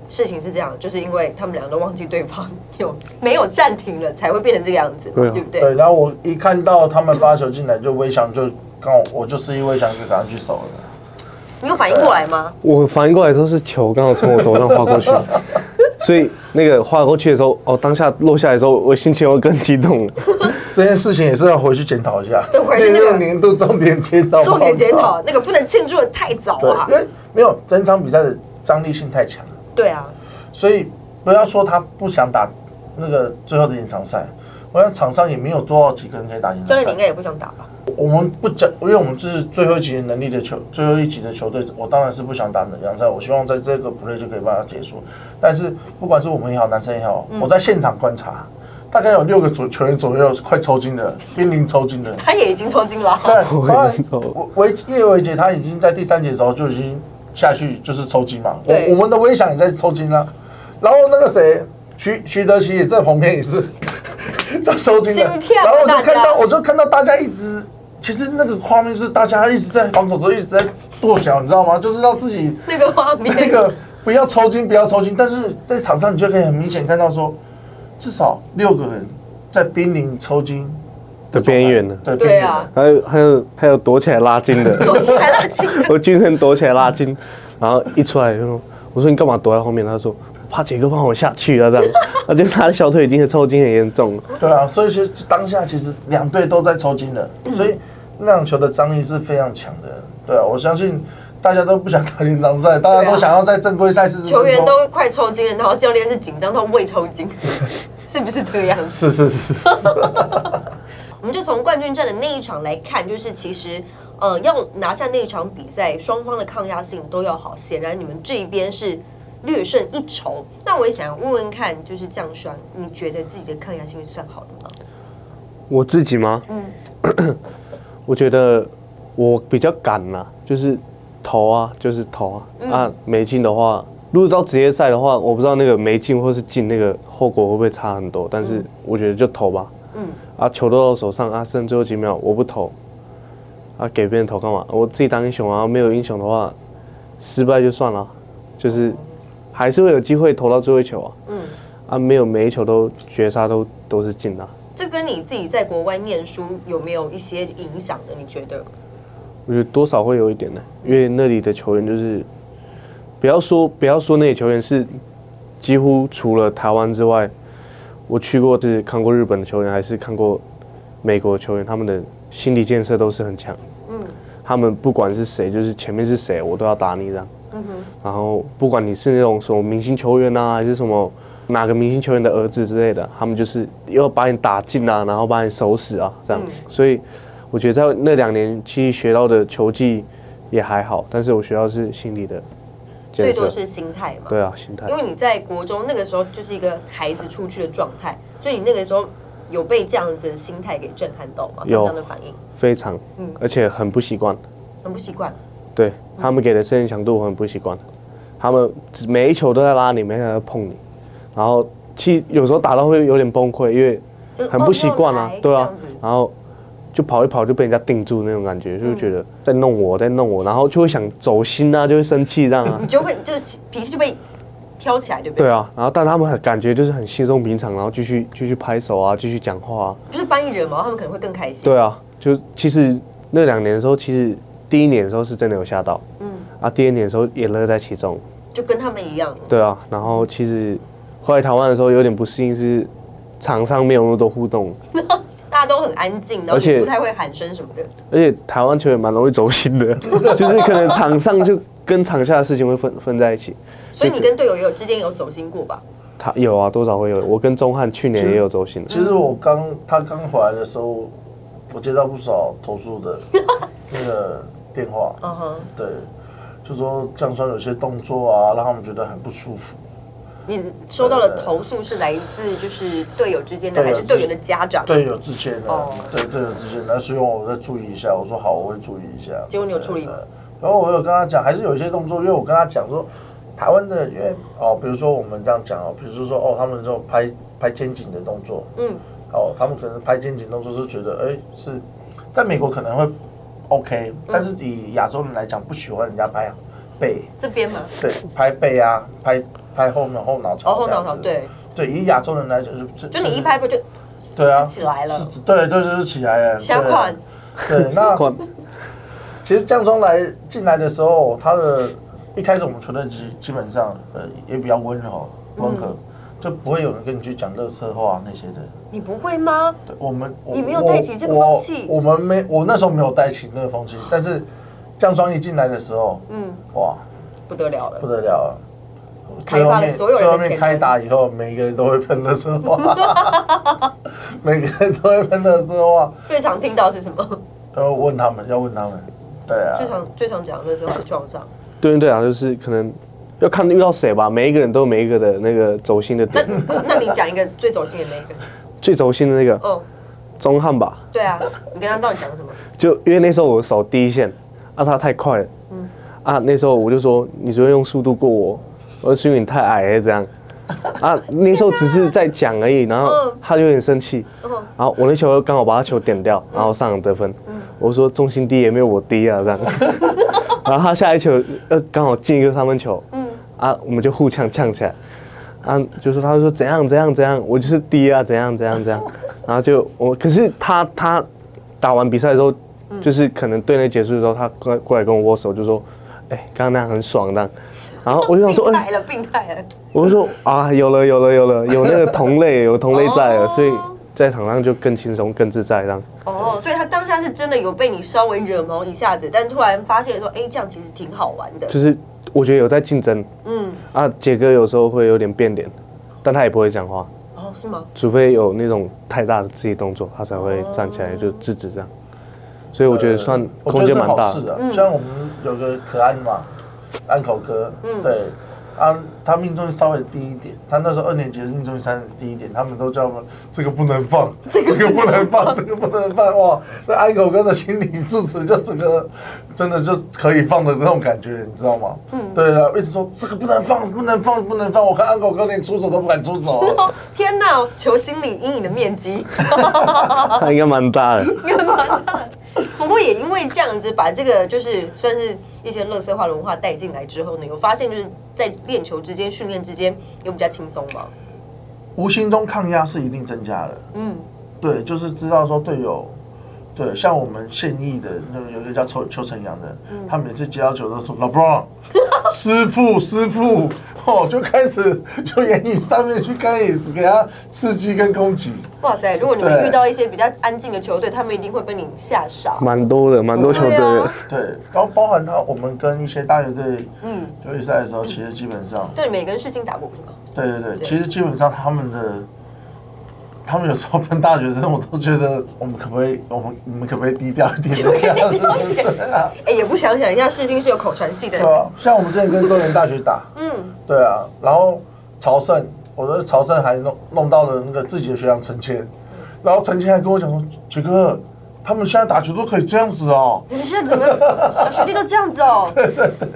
Speaker 2: 事情是这样，就是因为他们两个都忘记对方有没有暂停了，才会变成这个样子嘛，
Speaker 3: 对啊
Speaker 2: 对不对？
Speaker 4: 对，然后我一看到他们发球进来，就微翔就刚好我就示意微翔就赶快去守了。
Speaker 2: 你有反应过来吗？
Speaker 3: 我反应过来的时候是球刚好从我头上划过去，所以那个划过去的时候，哦，当下落下来的时候，我心情又更激动了。
Speaker 4: 这件事情也是要回去检讨一下。
Speaker 2: 对回去那个
Speaker 4: 六年度重点检讨报告，
Speaker 2: 重点检讨，那个不能庆祝的太早
Speaker 4: 啊对
Speaker 2: 啊，
Speaker 4: 因。为没有整场比赛的张力性太强，
Speaker 2: 对啊，
Speaker 4: 所以不要说他不想打那个最后的延长赛，我想场上也没有多少几个人可以打延
Speaker 2: 教
Speaker 4: 长
Speaker 2: 练你应
Speaker 4: 赛。
Speaker 2: 该也不想打吧？
Speaker 4: 我们不讲，因为我们这是最后一级能力的球，最后一级的球队，我当然是不想打延长赛，我希望在这个 play 就可以把它结束。但是不管是我们也好，男生也好，我在现场观察，大概有六个左球员左右快抽筋的，濒临抽筋的。
Speaker 2: 他也已经抽筋了。
Speaker 4: 对，当然
Speaker 3: 会晕头
Speaker 4: 我维叶维杰他已经在第三节的时候就已经下去就是抽筋嘛，我
Speaker 2: 对
Speaker 4: 我们的微想也在抽筋啊，然后那个谁徐徐德熙也在旁边也是 在抽筋的，
Speaker 2: 心跳啊
Speaker 4: 然后我就
Speaker 2: 大
Speaker 4: 看
Speaker 2: 家
Speaker 4: 到我就看到大家一直。其实那个画面就是大家一直在防守的时候一直在跺脚，你知道吗？就是让自己
Speaker 2: 那个画面，
Speaker 4: 那个不要抽筋，不要抽筋。但是在场上你就可以很明显看到说，至少六个人在濒临抽筋
Speaker 3: 的边缘呢
Speaker 4: 对边
Speaker 2: 对
Speaker 4: 缘
Speaker 2: 啊，
Speaker 3: 还有还有还有躲起来拉筋的，
Speaker 2: 躲起来拉筋，
Speaker 3: 我军人躲起来拉筋，然后一出来就说，我说你干嘛躲在后面？他说怕杰哥帮我下去啊这样， 而且他的小腿已经抽筋很严重了。
Speaker 4: 对啊，所以其实当下其实两队都在抽筋的，
Speaker 2: 嗯
Speaker 4: 所以那场球的张力是非常强的。对啊，我相信大家都不想打延长赛，大家
Speaker 2: 对啊
Speaker 4: 都想要在正规赛事之中
Speaker 2: 球员都快抽筋了，然后教练是紧张到胃抽 筋，是不是这个样子？
Speaker 4: 是是是是，
Speaker 2: 我们就从冠军战的那一场来看，就是其实呃要拿下那一场比赛，双方的抗压性都要好。显然你们这一边是略胜一筹。那我也想问问看，就是降栓，你觉得自己的抗压性是算好的吗？
Speaker 3: 我自己吗？嗯， 我觉得我比较敢啦，就是投啊，就是投啊，啊没进的话，如果到职业赛的话，我不知道那个没进或是进那个后果会不会差很多，但是我觉得就投吧，
Speaker 2: 嗯
Speaker 3: 嗯，啊球都到手上啊，剩最后几秒我不投，啊给别人投干嘛？我自己当英雄啊，没有英雄的话，失败就算了，就是还是会有机会投到最后一球啊，
Speaker 2: 嗯
Speaker 3: 嗯，啊没有每一球都绝杀都都是进啊。
Speaker 2: 这跟你自己在国外念书有没有一些影响呢？你觉得？
Speaker 3: 我觉得多少会有一点呢，因为那里的球员就是，不要说不要说那里球员是，几乎除了台湾之外，我去过是看过日本的球员，还是看过美国的球员，他们的心理建设都是很强。
Speaker 2: 嗯
Speaker 3: 他们不管是谁，就是前面是谁，我都要打你这样。
Speaker 2: 嗯哼。
Speaker 3: 然后不管你是那种什么明星球员啊，还是什么哪个明星球员的儿子之类的，他们就是要把你打进啊，然后把你手死啊，这样。
Speaker 2: 嗯
Speaker 3: 所以我觉得在那两年其实学到的球技也还好，但是我学到的是心理的
Speaker 2: 最
Speaker 3: 建
Speaker 2: 多
Speaker 3: 设。
Speaker 2: 是心态嘛。
Speaker 3: 对啊，心态
Speaker 2: 因。为你在国中那个时候就是一个孩子出去的状态，所以你那个时候有被这样子的心态给震撼到吗？
Speaker 3: 有
Speaker 2: 这样的反应
Speaker 3: 非常
Speaker 2: 嗯，
Speaker 3: 而且很不习惯。
Speaker 2: 很不习惯。
Speaker 3: 对他们给的身体强度我很不习惯，他们每一球都在拉你，每一球都在碰你，然后其实有时候打到会有点崩溃，因为
Speaker 2: 就是
Speaker 3: 很不习惯
Speaker 2: 哦
Speaker 3: 啊
Speaker 2: 又来，
Speaker 3: 对
Speaker 2: 这
Speaker 3: 啊
Speaker 2: 样子，嗯
Speaker 3: 然后就跑一跑就被人家定住那种感觉，就会觉得在弄我，在弄我，然后就会想走心啊，就会生气这样 啊
Speaker 2: 你，就会就是起脾气就被挑起来，对不对？
Speaker 3: 对啊，然后但他们很感觉就是很稀松平常，然后继续继续拍手啊，继续讲话啊，
Speaker 2: 就是班一惹毛他们可能会更开心。
Speaker 3: 对啊，就其实那两年的时候，其实第一年的时候是真的有吓到，
Speaker 2: 嗯
Speaker 3: 嗯，啊，第二年的时候也乐在其中，
Speaker 2: 就跟他们一样。
Speaker 3: 对啊，然后其实后来台湾的时候有点不适应，是场上没有那么多互动，
Speaker 2: 大家都很安静，然后
Speaker 3: 而且
Speaker 2: 也不太会喊声什么的。
Speaker 3: 而且台湾球员蛮容易走心的， 就是可能场上就跟场下的事情会分分在一起。
Speaker 2: 所以你
Speaker 3: 这个
Speaker 2: 跟队友也有之间有走心过吧？
Speaker 3: 他有啊，多少会有。我跟钟汉去年也有走心的，
Speaker 4: 其实我刚他刚回来的时候，我接到不少投诉 的那个电话，
Speaker 2: 嗯哼，
Speaker 4: 对，就说降霜有些动作啊，让他们觉得很不舒服。
Speaker 2: 你收到的投诉是来自就是队友之间的，
Speaker 4: 队
Speaker 2: 还
Speaker 4: 友
Speaker 2: 是队员的家长？
Speaker 4: 队友致歉的
Speaker 2: 哦，
Speaker 4: 对队友致歉，那所以我再注意一下。我说好，我会注意一下。
Speaker 2: 结果你有处理吗
Speaker 4: 对？然后我有跟他讲，还是有一些动作，因为我跟他讲说，台湾的因为哦，比如说我们这样讲哦，比如说哦，他们就拍拍肩颈的动作，
Speaker 2: 嗯，
Speaker 4: 哦，他们可能拍肩颈动作是觉得哎是，在美国可能会 OK，但
Speaker 2: 嗯
Speaker 4: 是以亚洲人来讲，不喜欢人家拍背，
Speaker 2: 这边吗？
Speaker 4: 对，拍背啊，拍拍后面后脑
Speaker 2: 哦，
Speaker 4: 勺
Speaker 2: 后
Speaker 4: 这样
Speaker 2: 脑勺，
Speaker 4: 子，
Speaker 2: 对，
Speaker 4: 对，以亚洲人来讲就是
Speaker 2: 就你一拍，不就
Speaker 4: 对啊，
Speaker 2: 起来了，
Speaker 4: 是对对，就是起来了，
Speaker 2: 瞎
Speaker 4: 对
Speaker 2: 款。
Speaker 4: 对， 那
Speaker 2: 嗯
Speaker 3: 换
Speaker 4: 其实江中来进来的时候，他的一开始我们球队基基本上呃也比较温柔温
Speaker 2: 嗯
Speaker 4: 和，就不会有人跟你去讲乐色话那些的。
Speaker 2: 你不会吗？
Speaker 4: 对，我们我
Speaker 2: 你没有带起这个风气
Speaker 4: 我我们没我那时候没有带起那个风 气，但是江双一进来的时候，
Speaker 2: 嗯，
Speaker 4: 哇
Speaker 2: 不得了了
Speaker 4: 不。得了了。
Speaker 2: 开
Speaker 4: 最
Speaker 2: 发
Speaker 4: 后
Speaker 2: 了
Speaker 4: 面
Speaker 2: 所有人
Speaker 4: 最
Speaker 2: 的
Speaker 4: 后
Speaker 2: 潜能
Speaker 4: 面开打以后，每个人都会喷乐色话， 每个人都会喷乐色话。
Speaker 2: 最常听到是什么？
Speaker 4: 然后问他们，要问他们，对
Speaker 3: 呃
Speaker 4: 啊，
Speaker 2: 最常最常讲的是会撞 上。
Speaker 3: 对对啊，就是可能要看遇到谁吧，每一个人都有每一个的那个轴心的
Speaker 2: 那
Speaker 3: 点，
Speaker 2: 那你讲一个最走心的那一个。
Speaker 3: 最轴心的那个
Speaker 2: 哦，
Speaker 3: 钟汉吧，
Speaker 2: 对啊，你跟他到底讲了什么？
Speaker 3: 就因为那时候我守第一线，啊他太快了，
Speaker 2: 嗯
Speaker 3: 啊那时候我就说你昨天用速度过我，我是因为你太矮了 这样，啊那时候只是在讲而已，然后
Speaker 2: 嗯
Speaker 3: 他就有点生气，
Speaker 2: 哦，嗯
Speaker 3: 然后我那球刚好把他球点掉，然后上了得分，我说重心低也没有我 低啊这样，然后他下一球呃刚好进一个三分球，
Speaker 2: 嗯
Speaker 3: 啊我们就互呛呛起来，啊就说他就说怎样怎样怎样，我就是低啊怎样怎样怎 样，然后就我可是他他打完比赛之后，就是可能队内结束的时候，他过来过来跟我握手就说，哎刚刚那样很爽这样，然后我就想说
Speaker 2: 病
Speaker 3: 哎
Speaker 2: 态了，病态了。
Speaker 3: 我就说啊，有了有了有了，有那个同类有同类在
Speaker 2: 哦
Speaker 3: 了，所以在场上就更轻松更自在这样。
Speaker 2: 哦，所以他当下是真的有被你稍微惹毛一下子，但突然发现说，哎，这样其实挺好玩的。
Speaker 3: 就是我觉得有在竞争
Speaker 2: 嗯，
Speaker 3: 啊，杰哥有时候会有点变脸，但他也不会讲话，
Speaker 2: 哦，是吗？
Speaker 3: 除非有那种太大的肢体动作，他才会站起来就制止这样。所以我觉得算
Speaker 4: 呃我
Speaker 3: 空
Speaker 4: 觉得
Speaker 3: 间
Speaker 4: 是
Speaker 3: 蛮
Speaker 4: 好
Speaker 3: 大
Speaker 4: 事
Speaker 3: 的。
Speaker 4: 的。虽然我们有个可安嘛，安口哥，对，啊，他命中率稍微低一点，他那时候二年级的命中率稍微低一点，他们都叫我们这个不能放，这个不能放，这个不能放，哇，那安口哥的心理素质就整个真的就可以放的那种感觉，你知道吗？对了，一直说这个不能放，不能放，不能放，我看安口哥连出手都不敢出手了。
Speaker 2: 哦，天哪！求心理阴影的面积，
Speaker 3: 他应该蛮大的。
Speaker 2: 不过也因为这样子，把这个就是算是一些乐色化的文化带进来之后呢，有发现就是在练球之间、训练之间有比较轻松吗？
Speaker 4: 无形中抗压是一定增加的。
Speaker 2: 嗯，
Speaker 4: 对，就是知道说队友，对，像我们现役的那个有一个叫邱邱晨阳的，他每次接到球都说老 e 师傅师傅，哦，就开始就言语上面去跟也是给他刺激跟攻击，
Speaker 2: 哇塞！如果你们
Speaker 4: 对
Speaker 2: 遇到一些比较安静的球队，他们一定会被你吓傻。
Speaker 3: 蛮多的，蛮多球队
Speaker 2: 对
Speaker 3: 的
Speaker 2: 啊。
Speaker 4: 对，然后包含他我们跟一些大学队
Speaker 2: 嗯，
Speaker 4: 友谊赛的时候，其实基本上，
Speaker 2: 对，每个人事情打过是吗？
Speaker 4: 对对对，其实基本上他们的。他们有时候跟大学生，我都觉得我们可不可以，我们你们可不可以低调一点？这样子 对啊
Speaker 2: 哎、也不想想一下，世新是有口传系的
Speaker 4: 对。啊，像我们之前跟中原大学打，
Speaker 2: 嗯，
Speaker 4: 对啊，然后朝圣，我的朝圣还弄弄到了那个自己的学长陈谦，然后陈谦还跟我讲说，杰哥，他们现在打球都可以这样子哦。
Speaker 2: 你们现在怎么小学弟都这样子哦？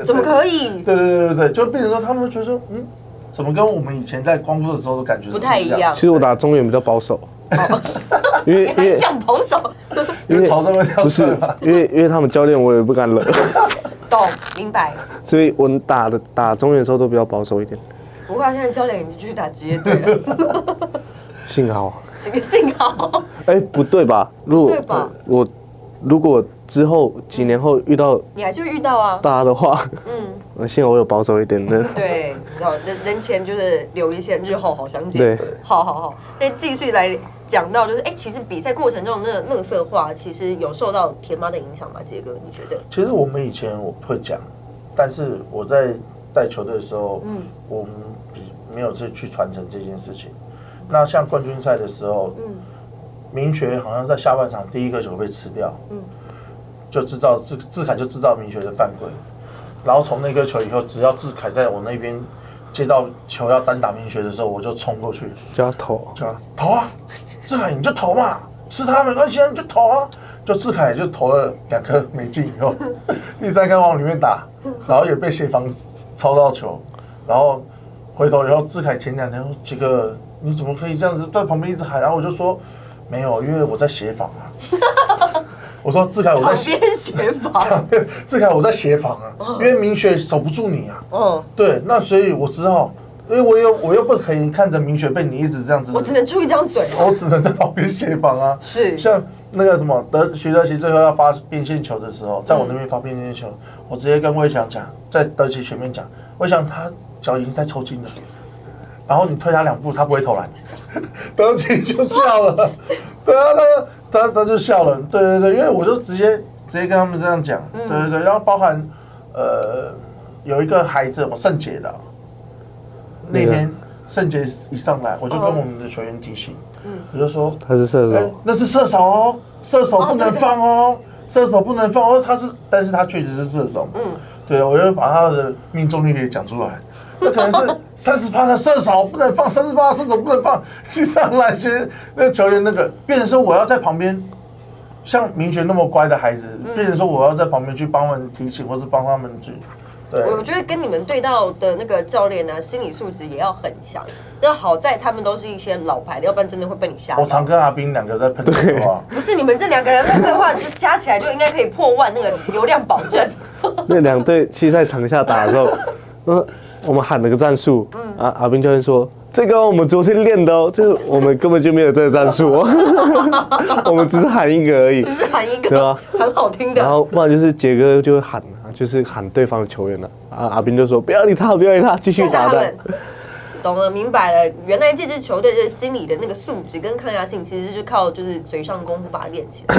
Speaker 2: 怎么可以？
Speaker 4: 对对对对对，就变成说他们觉得说，嗯，怎么跟我们以前在光复的时候的感觉是
Speaker 2: 不太一
Speaker 4: 一
Speaker 2: 样哎
Speaker 4: 样？
Speaker 3: 其实我打中原比较保守，因为
Speaker 2: 你还
Speaker 3: 因 为
Speaker 2: 讲保守，
Speaker 4: 因为朝圣会跳
Speaker 3: 不
Speaker 4: 水
Speaker 3: 是
Speaker 4: 嘛。
Speaker 3: 因为因为他们教练我也不敢惹，
Speaker 2: 懂明白？
Speaker 3: 所以我打的打中原的时候都比较保守一点。
Speaker 2: 不啊过他现在教练已经去打职业队了，
Speaker 3: 幸好。
Speaker 2: 幸幸好。
Speaker 3: 哎，不对吧？如果呃
Speaker 2: 对吧
Speaker 3: 我如果之后几年后遇到
Speaker 2: 你还是会遇到啊。
Speaker 3: 大家的话，
Speaker 2: 嗯，
Speaker 3: 我幸好我有保守一点的。
Speaker 2: 对，你知道人人前就是留一线，日后好相见。
Speaker 3: 对，
Speaker 2: 好好好。那继续来讲到就是，哎、其实比赛过程中的那个乐色化，其实有受到田妈的影响吗？杰哥，你觉得？
Speaker 4: 其实我们以前我会讲，但是我在带球队的时候，嗯，我们比没有去去传承这件事情。那像冠军赛的时候，嗯，明学好像在下半场第一颗球被吃掉，嗯，就制造志志凯就制造明学的犯规，然后从那颗球以后，只要志凯在我那边接到球要单打命学的时候，我就冲过去，
Speaker 3: 就要投。
Speaker 4: 就啊投啊，志凯你就投嘛，吃他没关系啊，你就投啊。就志凯就投了两颗没进以后， 第三颗往里面打，然后也被谢芳抄到球，然后回头以后，志凯前两天说几个你怎么可以这样子在旁边一直喊？然后我就说没有，因为我在协防啊。 我说志凯哦我在
Speaker 2: 旁
Speaker 4: 协，
Speaker 2: 边协 防，
Speaker 4: 志凯我在协防啊，因为明雪守不住你啊。
Speaker 2: 嗯，
Speaker 4: 对，那所以我只好，因为我又我又不可以看着明雪被你一直这样子，
Speaker 2: 我只能出一张嘴，哦
Speaker 4: 我只能在旁边协防啊。
Speaker 2: 是
Speaker 4: 像那个什么德徐德奇最后要发变线球的时候，在我那边发变线球，我直接跟魏翔讲，在德奇前面讲，魏翔他脚已经在抽筋了，然后你推他两步，他不会投篮， 德奇就笑了，对啊，他他他就笑了，对对对，因为我就直接直接跟他们这样讲，对对对，然后包含呃有一个孩子我圣杰的，那
Speaker 3: 那个
Speaker 4: 天圣杰一上来，我就跟我们的球员提醒，我就说
Speaker 3: 他是射
Speaker 4: 哎
Speaker 3: 手，
Speaker 4: 那是射手哦，射手不
Speaker 2: 哦对
Speaker 4: 能
Speaker 2: 对
Speaker 4: 放哦，射手不能放哦，他是，但是他确实是射手，嗯，对，我就把他的命中率给讲出来，那可能是三十八的射手不能放，三十八的射手不能放，去上来些那球员那个，变成说我要在旁边。像明权那么乖的孩子，
Speaker 2: 嗯
Speaker 4: 变成说我要在旁边去帮他们提醒，或是帮他们去，对，
Speaker 2: 我觉得跟你们对到的那个教练呢、心理素质也要很强。那好在他们都是一些老牌的，要不然真的会被你吓
Speaker 4: 我
Speaker 2: 到。
Speaker 4: 常跟阿斌两个在喷球啊，
Speaker 2: 不是你们这两个人在这话，你就加起来就应该可以破万那个流量保证。
Speaker 3: 那两队踢在场下打 的时候，那我们喊了个战术，
Speaker 2: 嗯
Speaker 3: 啊，阿斌教练说。这个我们昨天练的哦，就是我们根本就没有这个战术 哦，我们只是喊一个而已。
Speaker 2: 只是喊一
Speaker 3: 对
Speaker 2: 个
Speaker 3: 啊
Speaker 2: 很好听
Speaker 3: 然
Speaker 2: 的，
Speaker 3: 后不然就是杰哥就会喊啊，就是喊对方的球员了、啊。阿斌就说不要理他，不要理他，继续
Speaker 2: 吓吓
Speaker 3: 打
Speaker 2: 他
Speaker 3: 的
Speaker 2: 们。。懂了，明白了。原来这支球队的心理的那个素质跟抗压性，其实是靠就是嘴上功夫把它练起来。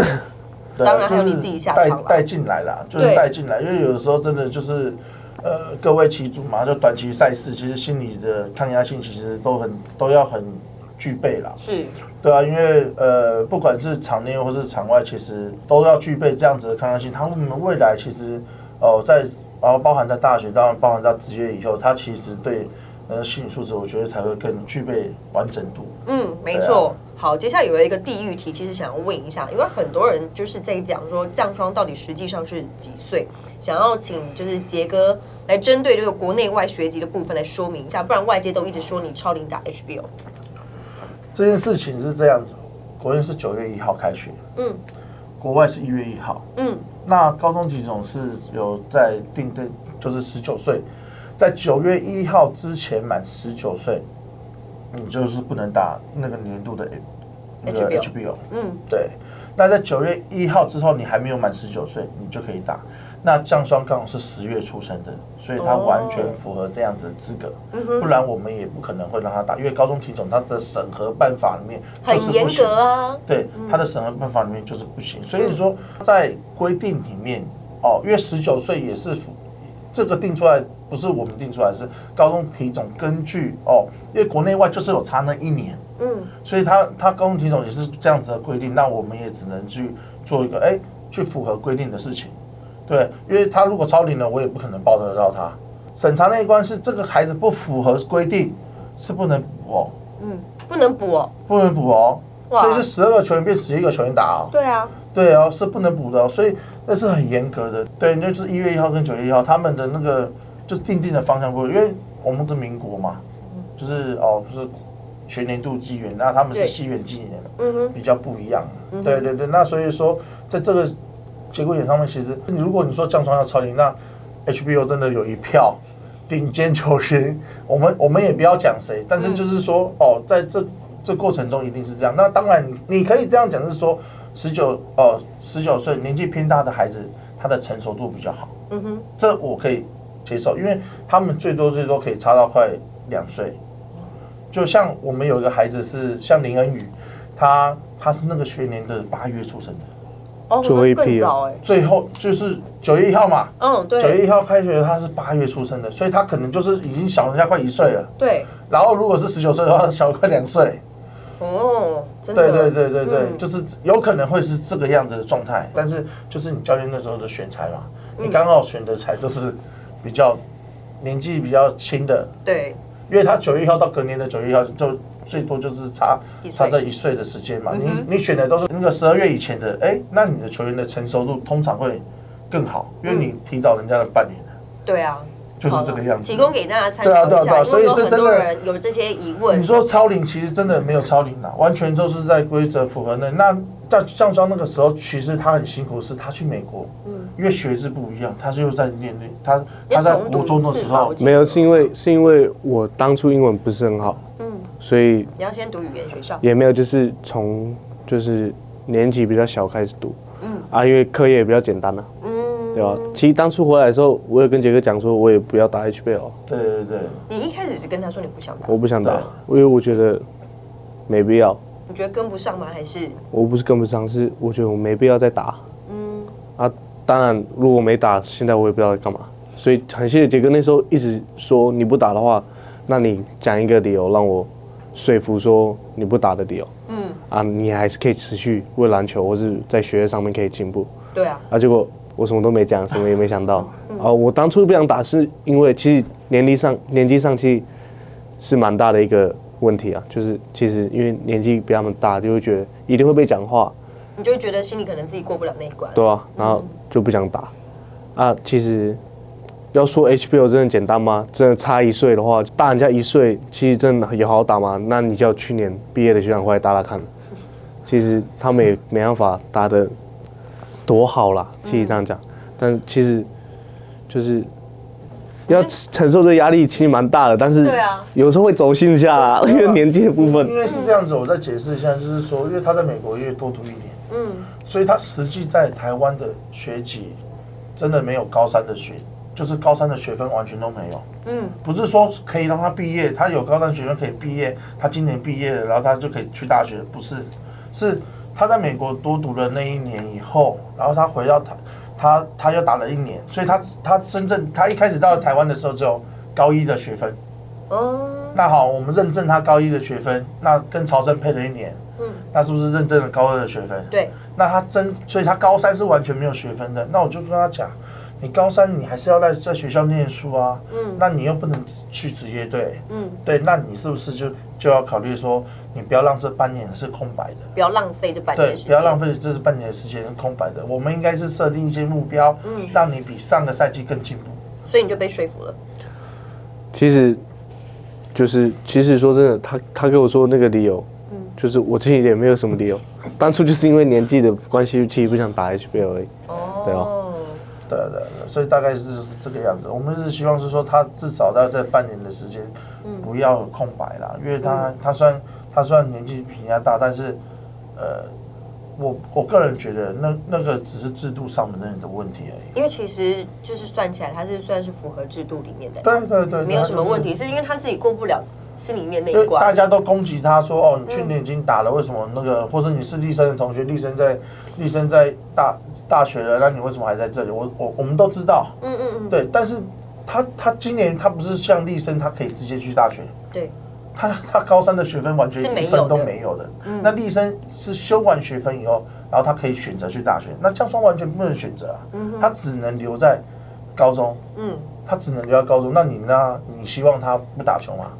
Speaker 4: 对
Speaker 2: 当然还有
Speaker 4: 就是
Speaker 2: 你自己下
Speaker 4: 带
Speaker 2: 场啦
Speaker 4: 带进来啦，就是
Speaker 2: 对
Speaker 4: 带进来，因为有的时候真的就是，呃，各位骑主嘛，就短期赛事，其实心理的抗压性其实都很都要很具备啦。
Speaker 2: 是，
Speaker 4: 对啊，因为呃，不管是场内或是场外，其实都要具备这样子的抗压性。他们未来其实哦、呃在然后包含在大学，当然包含到职业以后，他其实对呃心理素质，我觉得才会更具备完整度。
Speaker 2: 嗯，没
Speaker 4: 对啊
Speaker 2: 错。好，接下来有一个地域题，其实想要问一下，因为很多人就是在讲说降霜到底实际上是几岁，想要请就是杰哥来针对这个国内外学籍的部分来说明一下，不然外界都一直说你超龄打 HBO。
Speaker 4: 这件事情是这样子，国内是九月一号开学，
Speaker 2: 嗯，
Speaker 4: 国外是一月一号。
Speaker 2: 嗯，
Speaker 4: 那高中体总是有在定对，就是十九岁，在九月一号之前满十九岁，你就是不能打那个年度的那个
Speaker 2: HBO
Speaker 4: HBO。
Speaker 2: 嗯，
Speaker 4: 对，那在九月一号之后，你还没有满十九岁，你就可以打。那降霜刚好是十月出生的，所以他完
Speaker 2: 哦
Speaker 4: 全符合这样子的资格，
Speaker 2: 嗯
Speaker 4: 不然我们也不可能会让他打，因为高中体总它的审核办法里面就
Speaker 2: 很
Speaker 4: 是
Speaker 2: 严
Speaker 4: 不行
Speaker 2: 格啊。
Speaker 4: 对，他的审核办法里面就是不行。所以说，在规定里面，哦，因为十九岁也是符这个定出来，不是我们定出来，是高中体总根据哦，因为国内外就是有差那一年，
Speaker 2: 嗯，
Speaker 4: 所以他他高中体总也是这样子的规定，那我们也只能去做一个哎，去符合规定的事情，对，因为他如果超龄了，我也不可能报得到他。审查那一关是这个孩子不符合规定，是不能补哦，
Speaker 2: 嗯，不能补哦。
Speaker 4: 不能补哦，
Speaker 2: 哇
Speaker 4: 所以是十二个球员变十一个球员打哦。
Speaker 2: 对啊，
Speaker 4: 对哦，是不能补的、哦，所以那是很严格的。对，那就是一月一号跟九月一号，他们的那个就是定定的方向不一样，因为我们是民国嘛，就是哦，就是全年度纪元，那他们
Speaker 2: 对
Speaker 4: 是西元纪年，
Speaker 2: 嗯哼，
Speaker 4: 比较不一样。对对对，那所以说在这个节骨眼上面，其实如果你说降床要超龄，那 HBO 真的有一票顶尖球星， 我们我们也不要讲谁，但是就是说、哦，在这这过程中一定是这样。那当然，你可以这样讲，是说十九呃十九岁年纪偏大的孩子，他的成熟度比较好，
Speaker 2: 嗯哼，
Speaker 4: 这我可以接受，因为他们最多最多可以差到快两岁。就像我们有一个孩子是像林恩宇，他他是那个学年的八月出生的，
Speaker 2: 哦，
Speaker 3: 最后一批
Speaker 2: 更早哎、
Speaker 4: 最后就是九月一号嘛，
Speaker 2: 嗯，
Speaker 4: 九
Speaker 2: 对
Speaker 4: 月一号开学，他是八月出生的，所以他可能就是已经小人家快一岁了。
Speaker 2: 对，
Speaker 4: 然后如果是十九岁的话，小快两岁。
Speaker 2: 哦，真的，
Speaker 4: 对对对对对，
Speaker 2: 嗯
Speaker 4: 就是有可能会是这个样子的状态，但是就是你教练那时候的选材嘛，你刚好选的材就是比较年纪比较轻的，
Speaker 2: 对，
Speaker 4: 因为他九月一号到隔年的九月一号就最多就是差
Speaker 2: 一岁嗯
Speaker 4: 差这一岁的时间嘛。你你选的都是那个十二月以前的，哎，那你的球员的成熟度通常会更好，因为你提早人家的半年，
Speaker 2: 对啊，
Speaker 4: 就是
Speaker 2: 好
Speaker 4: 这个
Speaker 2: 了
Speaker 4: 样子。
Speaker 2: 提供给大家参
Speaker 4: 对啊
Speaker 2: 考
Speaker 4: 对啊
Speaker 2: 一
Speaker 4: 对啊
Speaker 2: 下，因
Speaker 4: 所
Speaker 2: 为
Speaker 4: 以
Speaker 2: 有
Speaker 4: 是
Speaker 2: 很
Speaker 4: 真
Speaker 2: 多
Speaker 4: 的
Speaker 2: 人有这些疑问。
Speaker 4: 你说超龄其实真的没有超龄啦，完全都是在规则符合那那像像双那个时候，其实他很辛苦，是他去美国，
Speaker 2: 嗯
Speaker 4: 因为学制不一样，他又在念他他在国中的时候，
Speaker 3: 没有，是因为是因为我当初英文不是很好，
Speaker 2: 嗯，
Speaker 3: 所以
Speaker 2: 你要先读语言学校，
Speaker 3: 也没有就是从就是年纪比较小开始读，
Speaker 2: 嗯
Speaker 3: 啊，因为课业也比较简单啊，
Speaker 2: 嗯，
Speaker 3: 对吧、其实当初回来的时候，我有跟杰哥讲说，我也不要打 HBL，
Speaker 4: 对对对，
Speaker 2: 你一开始是跟他说你不想打，
Speaker 3: 我不想打
Speaker 4: 对，
Speaker 3: 因为我觉得没必要，
Speaker 2: 你觉得跟不上吗？还是
Speaker 3: 我不是跟不上，是我觉得我没必要再打
Speaker 2: 嗯，
Speaker 3: 啊。当然，如果没打，现在我也不知道在干嘛。所以很谢谢杰哥那时候一直说你不打的话，那你讲一个理由让我说服说你不打的理由。
Speaker 2: 嗯，
Speaker 3: 啊，你还是可以持续为篮球或是在学业上面可以进步。
Speaker 2: 对啊，
Speaker 3: 啊，结果我什么都没讲，什么也没想到。啊，我当初不想打是因为其实年龄上年纪上其实是蛮大的一个问题啊，就是其实因为年纪比他们大，就会觉得一定会被讲话，
Speaker 2: 你就会觉得心里可能自己过不了那一关。
Speaker 3: 对啊，然后
Speaker 2: 嗯
Speaker 3: 就不想打。啊，其实要说 HBO 真的简单吗？真的差一岁的话，大人家一岁，其实真的有好打吗？那你叫去年毕业的学长过来打打看。其实他们也没办法打的多好啦，
Speaker 2: 嗯
Speaker 3: 其实这样讲，但其实就是。要承受这压力其实蛮大的，但是
Speaker 2: 对啊
Speaker 3: 有时候会走心一下啦，因为年纪的部分
Speaker 4: 因。为是这样子，我再解释一下，就是说，因为他在美国越多读一年，嗯，所以他实际在台湾的学籍真的没有高三的学，就是高三的学分完全都没有。
Speaker 2: 嗯，
Speaker 4: 不是说可以让他毕业，他有高三学分可以毕业，他今年毕业了，然后他就可以去大学，不是，是他在美国多读了那一年以后，然后他回到台，他他又打了一年，所以他他真正他一开始到台湾的时候只有高一的学分，
Speaker 2: 哦，
Speaker 4: 那好，我们认证他高一的学分，那跟曹正配了一年，
Speaker 2: 嗯，
Speaker 4: 那是不是认证了高二的学分？
Speaker 2: 对，
Speaker 4: 那他真，所以他高三是完全没有学分的。那我就跟他讲，你高三你还是要在在学校念书啊，嗯，那你又不能去职业队，
Speaker 2: 嗯，
Speaker 4: 对，那你是不是就就要考虑说，你不要让这半年是空白的？
Speaker 2: 不要浪费这半
Speaker 4: 对
Speaker 2: 年时，间，
Speaker 4: 不要浪费这是半年的时间是空白的。我们应该是设定一些目标，嗯，让你比上个赛季更进步。
Speaker 2: 所以你就被说服了。
Speaker 3: 其实，就是其实说真的，他他给我说那个理由，就是我自己也没有什么理由，当初就是因为年纪的关系，其实不想打 HBL 而已。对啊
Speaker 2: 哦，
Speaker 4: 对对对，所以大概是是这个样子。我们是希望是说，他至少在这半年的时间，
Speaker 2: 嗯
Speaker 4: 不要有空白啦，因为他他虽然他虽然年纪比人家大，但是，呃，我我个人觉得那那个只是制度上面的的问题而已。
Speaker 2: 因为其实就是算起来，他是算是符合制度里面的，
Speaker 4: 对对对，
Speaker 2: 没有什么问
Speaker 4: 题。
Speaker 2: 题，是因为他自己过不了心里面那
Speaker 4: 因
Speaker 2: 一
Speaker 4: 为嗯大
Speaker 2: 关。
Speaker 4: 家都攻击他说
Speaker 2: 嗯
Speaker 4: 哦，你去年已经打了，为什么那个？或者你是立生的同学，立生在立生在大大学了，那你为什么还在这里？我我我们都知道，
Speaker 2: 嗯嗯嗯，
Speaker 4: 对，但是他他今年他不是像立生，他可以直接去大学，
Speaker 2: 对，
Speaker 4: 他他高三的学分完全
Speaker 2: 是没
Speaker 4: 一
Speaker 2: 有的嗯
Speaker 4: 分都没有的。那立生是修完学分以后，然后他可以选择去大学，那降双完全不能选择啊，他只能留在高中，
Speaker 2: 嗯，
Speaker 4: 他只能留在高中。那你那你希望他不打球吗？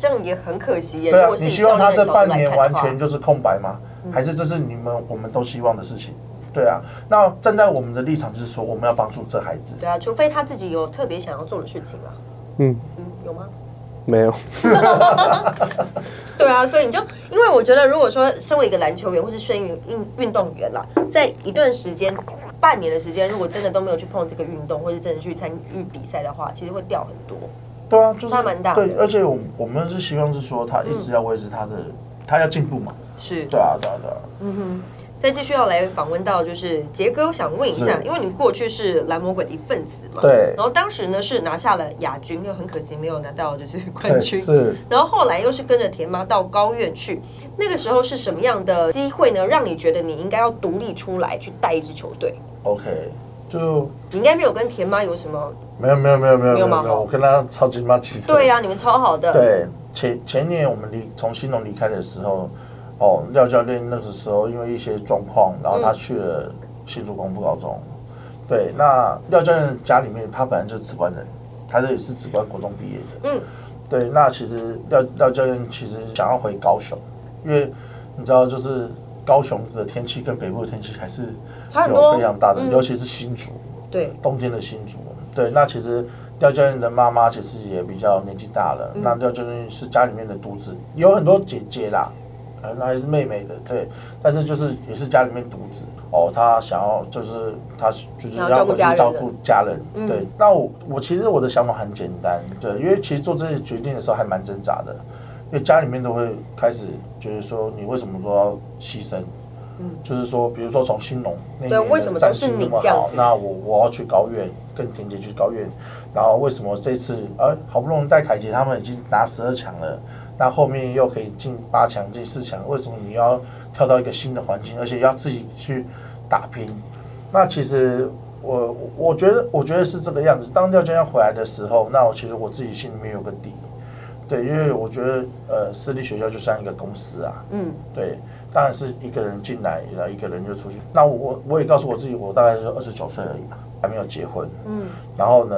Speaker 2: 这样也很可惜耶。
Speaker 4: 对
Speaker 2: 如
Speaker 4: 啊
Speaker 2: 果，是
Speaker 4: 你
Speaker 2: 以
Speaker 4: 希望他
Speaker 2: 教练的
Speaker 4: 这
Speaker 2: 角度
Speaker 4: 半
Speaker 2: 来
Speaker 4: 年
Speaker 2: 看
Speaker 4: 完
Speaker 2: 的话嗯
Speaker 4: 全就是空白吗？还是这是你们我们都希望的事情？对啊，那站在我们的立场就是说，我们要帮助这孩子。
Speaker 2: 对啊，除非他自己有特别想要做的事情啊。
Speaker 3: 嗯，
Speaker 2: 嗯，有吗？
Speaker 3: 没有，
Speaker 2: 对啊，所以你就因为我觉得，如果说身为一个篮球员或是身为运运动员啦，在一段时间、半年的时间，如果真的都没有去碰这个运动，或是真的去参与比赛的话，其实会掉很多。
Speaker 4: 对啊，就是
Speaker 2: 差蛮大的
Speaker 4: 对，而且我我们是希望是说他一直要维持他的，他要进步嘛。
Speaker 2: 是
Speaker 4: 对啊，对啊，对啊。
Speaker 2: 嗯再继续要来访问到，就是杰哥，我想问一下，
Speaker 4: 是
Speaker 2: 因为你过去是蓝魔鬼的一份子嘛，
Speaker 4: 对
Speaker 2: 然后当时呢是拿下了亚军，又很可惜没有拿到就是冠军，
Speaker 4: 是
Speaker 2: 然后后来又是跟着田妈到高院去，那个时候是什么样的机会呢？让你觉得你应该要独立出来去带一支球队？
Speaker 4: OK，就
Speaker 2: 你应该没有跟田妈有什么？
Speaker 4: 没有没有没有没有
Speaker 2: 没
Speaker 4: 没
Speaker 2: 有
Speaker 4: 有
Speaker 2: 吗
Speaker 4: 没有，我跟他超级默契的。
Speaker 2: 对呀、啊你们超好的。，
Speaker 4: 对，前前年我们离从新农离开的时候，哦，廖教练那个时候因为一些状况，
Speaker 2: 嗯
Speaker 4: 然后他去了新竹功夫高中。对，那廖教练家里面他本来就是职官人，他这也是职官国中毕业的。
Speaker 2: 嗯，
Speaker 4: 对，那其实廖廖教练其实想要回高雄，因为你知道，就是高雄的天气跟北部的天气还是
Speaker 2: 差很
Speaker 4: 有
Speaker 2: 多
Speaker 4: 非常大的，
Speaker 2: 嗯
Speaker 4: 尤其是新竹，
Speaker 2: 对，
Speaker 4: 冬天的新竹。对，那其实廖教练的妈妈其实也比较年纪大了，
Speaker 2: 嗯
Speaker 4: 那廖教练是家里面的独子，有很多姐姐啦，呃，那还是妹妹的，对，但是就是也是家里面独子。哦，他想要就是他就是
Speaker 2: 想要
Speaker 4: 要
Speaker 2: 照顾
Speaker 4: 回去
Speaker 2: 家人
Speaker 4: 照
Speaker 2: 的嗯
Speaker 4: 顾家人，对。那我我其实我的想法很简单，对，因为其实做这些决定的时候还蛮挣扎的，因为家里面都会开始觉得说你为什么都要牺牲，就是说比如说从兴隆那一
Speaker 2: 嗯对
Speaker 4: 年
Speaker 2: 为
Speaker 4: 的
Speaker 2: 什么
Speaker 4: 战
Speaker 2: 都是
Speaker 4: 绩那
Speaker 2: 你
Speaker 4: 么
Speaker 2: 这样
Speaker 4: 好
Speaker 2: 子
Speaker 4: 那我我要去高院跟田姐去高院，然后为什么这次呃好不容易戴凯杰他们已经拿十二强了，那后面又可以进八强进四强，为什么你要跳到一个新的环境，而且要自己去打拼？那其实我我觉得我觉得是这个样子。当廖教练回来的时候，那我其实我自己心里面有个底，对，因为我觉得呃私立学校就像一个公司啊，
Speaker 2: 嗯，
Speaker 4: 对，当然是一个人进来，然后一个人就出去。那我我我也告诉我自己，我大概是二十九岁而已嘛，还没有结婚。嗯。然后呢，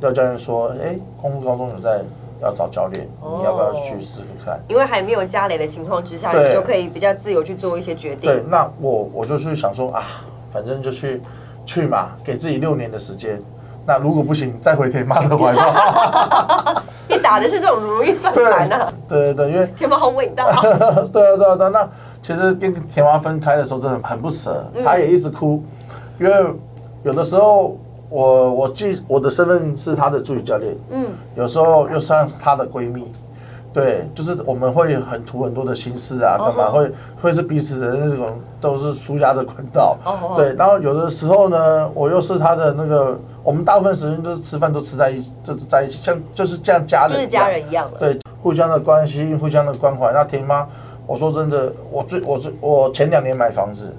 Speaker 4: 廖教练说：“哎、功夫高中有在要找教练，你要不要去试试看
Speaker 2: 因为还没有家累的情况之下，
Speaker 4: 对
Speaker 2: 你就可以比较自由去做一些决？”
Speaker 4: 对
Speaker 2: 定。，
Speaker 4: 那我我就去想说啊，反正就去去嘛，给自己六年的时间。那如果不行，再回天妈的怀抱。
Speaker 2: 你打的是这种如意算盘啊！
Speaker 4: 对对对，因为
Speaker 2: 天猫好伟大 啊，
Speaker 4: 对啊，对啊，对啊。那其实跟田妈分开的时候真的很不舍，
Speaker 2: 嗯
Speaker 4: 她也一直哭，因为有的时候我我记我的身份是她的助理教练，嗯，有时候又算是她的闺蜜。对，就是我们会很吐很多的心思啊，干
Speaker 2: 哦
Speaker 4: 嘛会会是彼此的那种都是舒压的管道。
Speaker 2: 哦哦
Speaker 4: 对，然后有的时候呢，我又是她的那个，我们大部分时间就是吃饭都吃在一起，就是在一起，像就是这样家人一
Speaker 2: 就
Speaker 4: 样，
Speaker 2: 是家人一样了。
Speaker 4: 对，互相的关心，互相的关怀。那田妈，我说真的，我最我最我前两年买房子，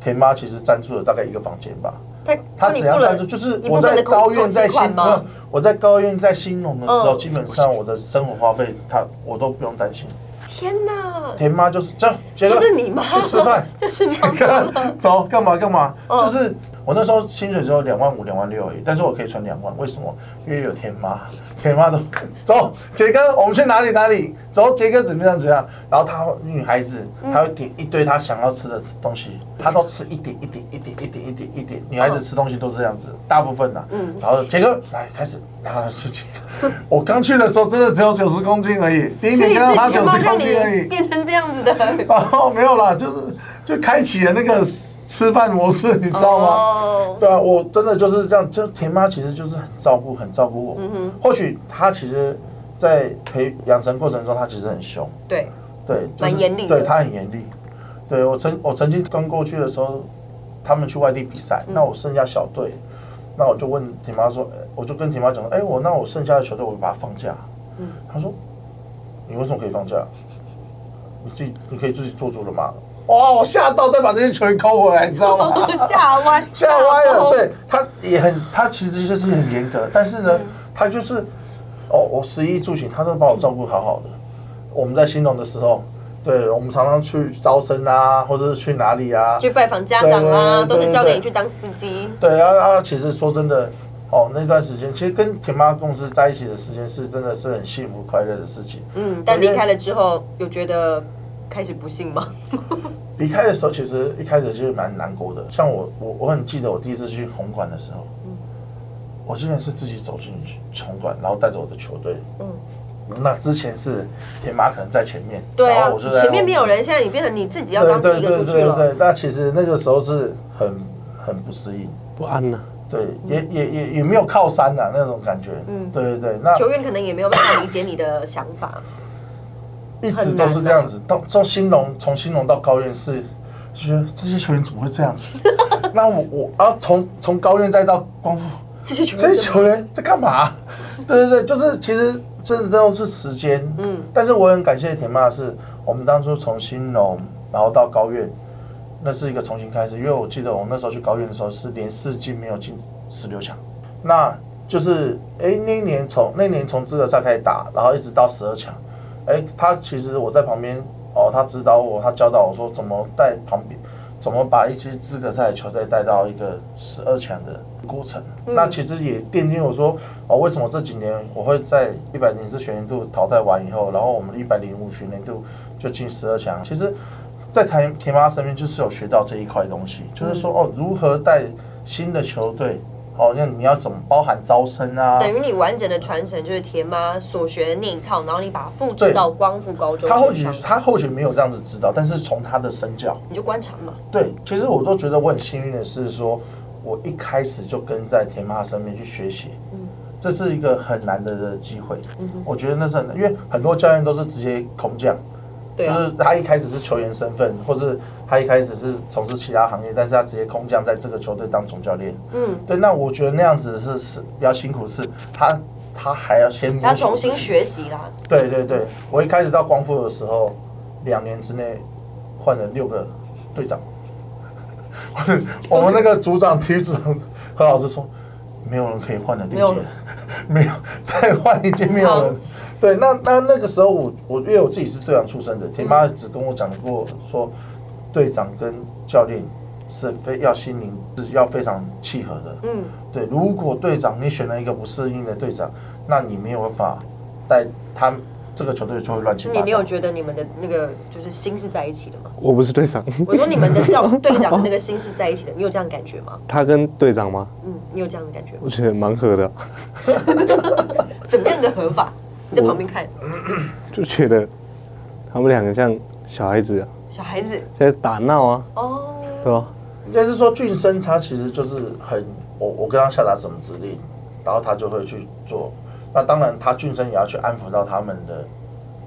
Speaker 4: 田妈其实赞助了大概一个房间吧。
Speaker 2: 他
Speaker 4: 她
Speaker 2: 帮你
Speaker 4: 只
Speaker 2: 付
Speaker 4: 要
Speaker 2: 了
Speaker 4: 赞助，就是
Speaker 2: 一部
Speaker 4: 我
Speaker 2: 分
Speaker 4: 在
Speaker 2: 的
Speaker 4: 高
Speaker 2: 公公
Speaker 4: 院在
Speaker 2: 积
Speaker 4: 新
Speaker 2: 款
Speaker 4: 没有
Speaker 2: 吗？
Speaker 4: 我在高院在新农的时候，
Speaker 2: 嗯
Speaker 4: 基本上我的生活花费，她我都不用担心。
Speaker 2: 天哪，
Speaker 4: 田妈就是这样，杰哥
Speaker 2: 就是你妈，
Speaker 4: 去吃饭，
Speaker 2: 就是妈妈。
Speaker 4: 走，干嘛干嘛？
Speaker 2: 嗯
Speaker 4: 就是我那时候薪水只有两万五、两万六而已，但是我可以存两万，为什么？因为有天妈，天妈都走，杰哥，我们去哪里哪里？走，杰哥怎么样怎么样？然后她女孩子，她会点一堆她想要吃的东西，她都吃一点一点一点一点一点一点。女孩子吃东西都这样子，大部分呐、嗯。然后杰哥来开始，然后是杰哥。我刚去的时候真的只有九十公斤而已，第一
Speaker 2: 所以
Speaker 4: 年
Speaker 2: 是
Speaker 4: 看到她
Speaker 2: 天
Speaker 4: 九
Speaker 2: 猫
Speaker 4: 十
Speaker 2: 让
Speaker 4: 公斤而
Speaker 2: 你
Speaker 4: 已。
Speaker 2: 变成这样子的，
Speaker 4: 哦，没有啦，就是就开启了那个吃饭模式，你知道吗？
Speaker 2: 哦？
Speaker 4: 对啊，我真的就是这样，就田妈其实就是很照顾，很照顾我。或许她其实，在培养成过程中，她其实很凶，
Speaker 2: 对，
Speaker 4: 对，就是
Speaker 2: 蛮严厉的
Speaker 4: 对她很严厉。对我曾我曾经刚过去的时候，他们去外地比
Speaker 2: 嗯
Speaker 4: 赛，那我剩下小队，那我就问田妈说，呃我就跟田妈讲说，哎，我那我剩下的球队我把它放假。
Speaker 2: 嗯
Speaker 4: 她说，你为什么可以放假？你自己你可以自己做主了吗？哇，我吓到，再把这些球员抠回来，你知道吗？
Speaker 2: 吓歪，
Speaker 4: 吓歪了。
Speaker 2: 哦，
Speaker 4: 对他也很，他其实就是很严格，但是呢，他就是哦，我食衣住行，他都把我照顾好好的。我们在兴隆的时候，对我们常常去招生啊，或者是去哪里啊，
Speaker 2: 去拜访家长啊，
Speaker 4: 对对对
Speaker 2: 都是教
Speaker 4: 对
Speaker 2: 给你去当司机，
Speaker 4: 对啊啊，其实说真的，哦，那段时间其实跟田妈公司在一起的时间是真的是很幸福快乐的事情。
Speaker 2: 嗯，但离开了之后，有觉得开始不幸吗？
Speaker 4: 离开的时候，其实一开始就是蛮难过的。像我，我我很记得我第一次去红馆的时候，我竟然是自己走进去红馆，然后带着我的球队。那之前是田妈可能在前面，
Speaker 2: 对
Speaker 4: 然
Speaker 2: 啊
Speaker 4: 后我就，在
Speaker 2: 前面没有人，现在你变成你自己要当第一个出去
Speaker 4: 对对对对
Speaker 2: 了，
Speaker 4: 对，那其实那个时候是很很不适应，
Speaker 3: 不安啊呐、
Speaker 4: 对，也也也也没有靠山呐、那种感觉。嗯，对对对，那
Speaker 2: 球员可能也没有办法理解你的想法，
Speaker 4: 一直都是这
Speaker 2: 啊
Speaker 4: 样子。到到兴隆，从兴隆到高院是，就觉得这些球员怎么会这样子？ 那我我啊，从从高院再到光复，
Speaker 2: 这些球
Speaker 4: 这
Speaker 2: 员
Speaker 4: 些球员在干嘛？对对对，就是其实真的都是时间。嗯，但是我很感谢田妈的是，我们当初从兴隆，然后到高院，那是一个重新开始。因为我记得我那时候去高院的时候是连四季没有进十六强，那就是哎、那一年从那一年从资格赛开始打，然后一直到十二强。哎、他其实我在旁边哦，他指导我，他教导我说怎么带旁边。怎么把一支资格赛的球队带到一个十二强的估成。那其实也奠定我说哦，为什么这几年我会在一百零四学年度淘汰完以后，然后我们一百零五学年度就进十二强。其实，在田田妈身边就是有学到这一块东西，就是说哦，如何带新的球队。哦，那你要怎么包含招生啊？
Speaker 2: 等于你完整的传承就是田妈所学的那一套，然后你把它复制
Speaker 4: 对
Speaker 2: 到光复高中
Speaker 4: 他或
Speaker 2: 身
Speaker 4: 许
Speaker 2: 上，
Speaker 4: 他或许没有这样子知道，但是从他的身教，
Speaker 2: 你就观察嘛。
Speaker 4: 对，其实我都觉得我很幸运的是说，我一开始就跟在田妈身边去学习，
Speaker 2: 嗯
Speaker 4: 这是一个很难得的机会。我觉得那是很，因为很多教练都是直接空降，
Speaker 2: 对
Speaker 4: 就
Speaker 2: 啊，
Speaker 4: 是他一开始是球员身份，或者他一开始是从事其他行业，但是他直接空降在这个球队当总教练。
Speaker 2: 嗯，
Speaker 4: 对，那我觉得那样子是是比较辛苦，是他他还要先摸索
Speaker 2: 他重新
Speaker 4: 自己
Speaker 2: 学习啦。
Speaker 4: 对对对，我一开始到光复的时候，两年之内换了六个队长。我们那个组长、体育组长何老师说，没有人可以换的，
Speaker 2: 没有嗯
Speaker 4: 六届， 没有再换一届没有人。对，那那那个时候我我因为我自己是队长出身的，田妈只跟我讲过说，队长跟教练是非要心灵是要非常契合的。
Speaker 2: 嗯，
Speaker 4: 对，如果队长你选了一个不适应的队长，那你没有办法带他这个球队就会乱七八
Speaker 2: 你
Speaker 4: 糟。
Speaker 2: 你有觉得你们的那个就是心是在一起的吗？
Speaker 3: 我不是队长，
Speaker 2: 我说你们的 教队长跟那个心是在一起的，你有这样感觉吗？
Speaker 3: 他跟队长吗？
Speaker 2: 嗯，你有这样的感觉吗？
Speaker 3: 我觉得蛮合的，
Speaker 2: 怎么样的合法？你在旁边看
Speaker 3: 就觉得他们两个像小孩子、啊、
Speaker 2: 小孩子
Speaker 3: 在打闹啊，
Speaker 2: 哦，
Speaker 3: 对吧？
Speaker 4: 应该是说俊生他其实就是很我我跟他下达什么指令，然后他就会去做。那当然，他俊生也要去安抚到他们的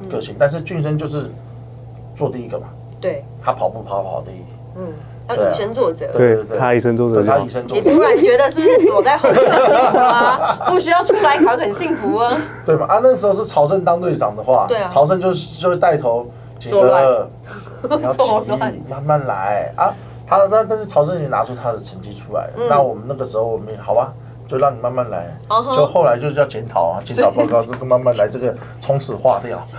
Speaker 4: 个性，但是俊生就是做第一个嘛，
Speaker 2: 对，
Speaker 4: 他跑步跑跑第一，
Speaker 2: 嗯，要以身作则。
Speaker 4: 对啊对对
Speaker 3: 他以身作则
Speaker 4: 对
Speaker 3: 就
Speaker 4: 他
Speaker 3: 好
Speaker 4: 以。身作
Speaker 2: 你
Speaker 4: 则
Speaker 2: 突，然觉得是不是躲在后面很幸福啊？不需要出来扛，很幸福啊。
Speaker 4: 对嘛？啊，那时候是曹正当队长的话，
Speaker 2: 对啊
Speaker 4: 曹正就是就会带头几
Speaker 2: 作
Speaker 4: 个，不要急
Speaker 2: 作乱，
Speaker 4: 慢慢来啊。他那但是曹正也拿出他的成绩出来，那我们那个时候我们也好吧，就让你慢慢来。
Speaker 2: 嗯哼
Speaker 4: 就后来就是要检讨啊，检讨报告这个慢慢来，这个从此化掉。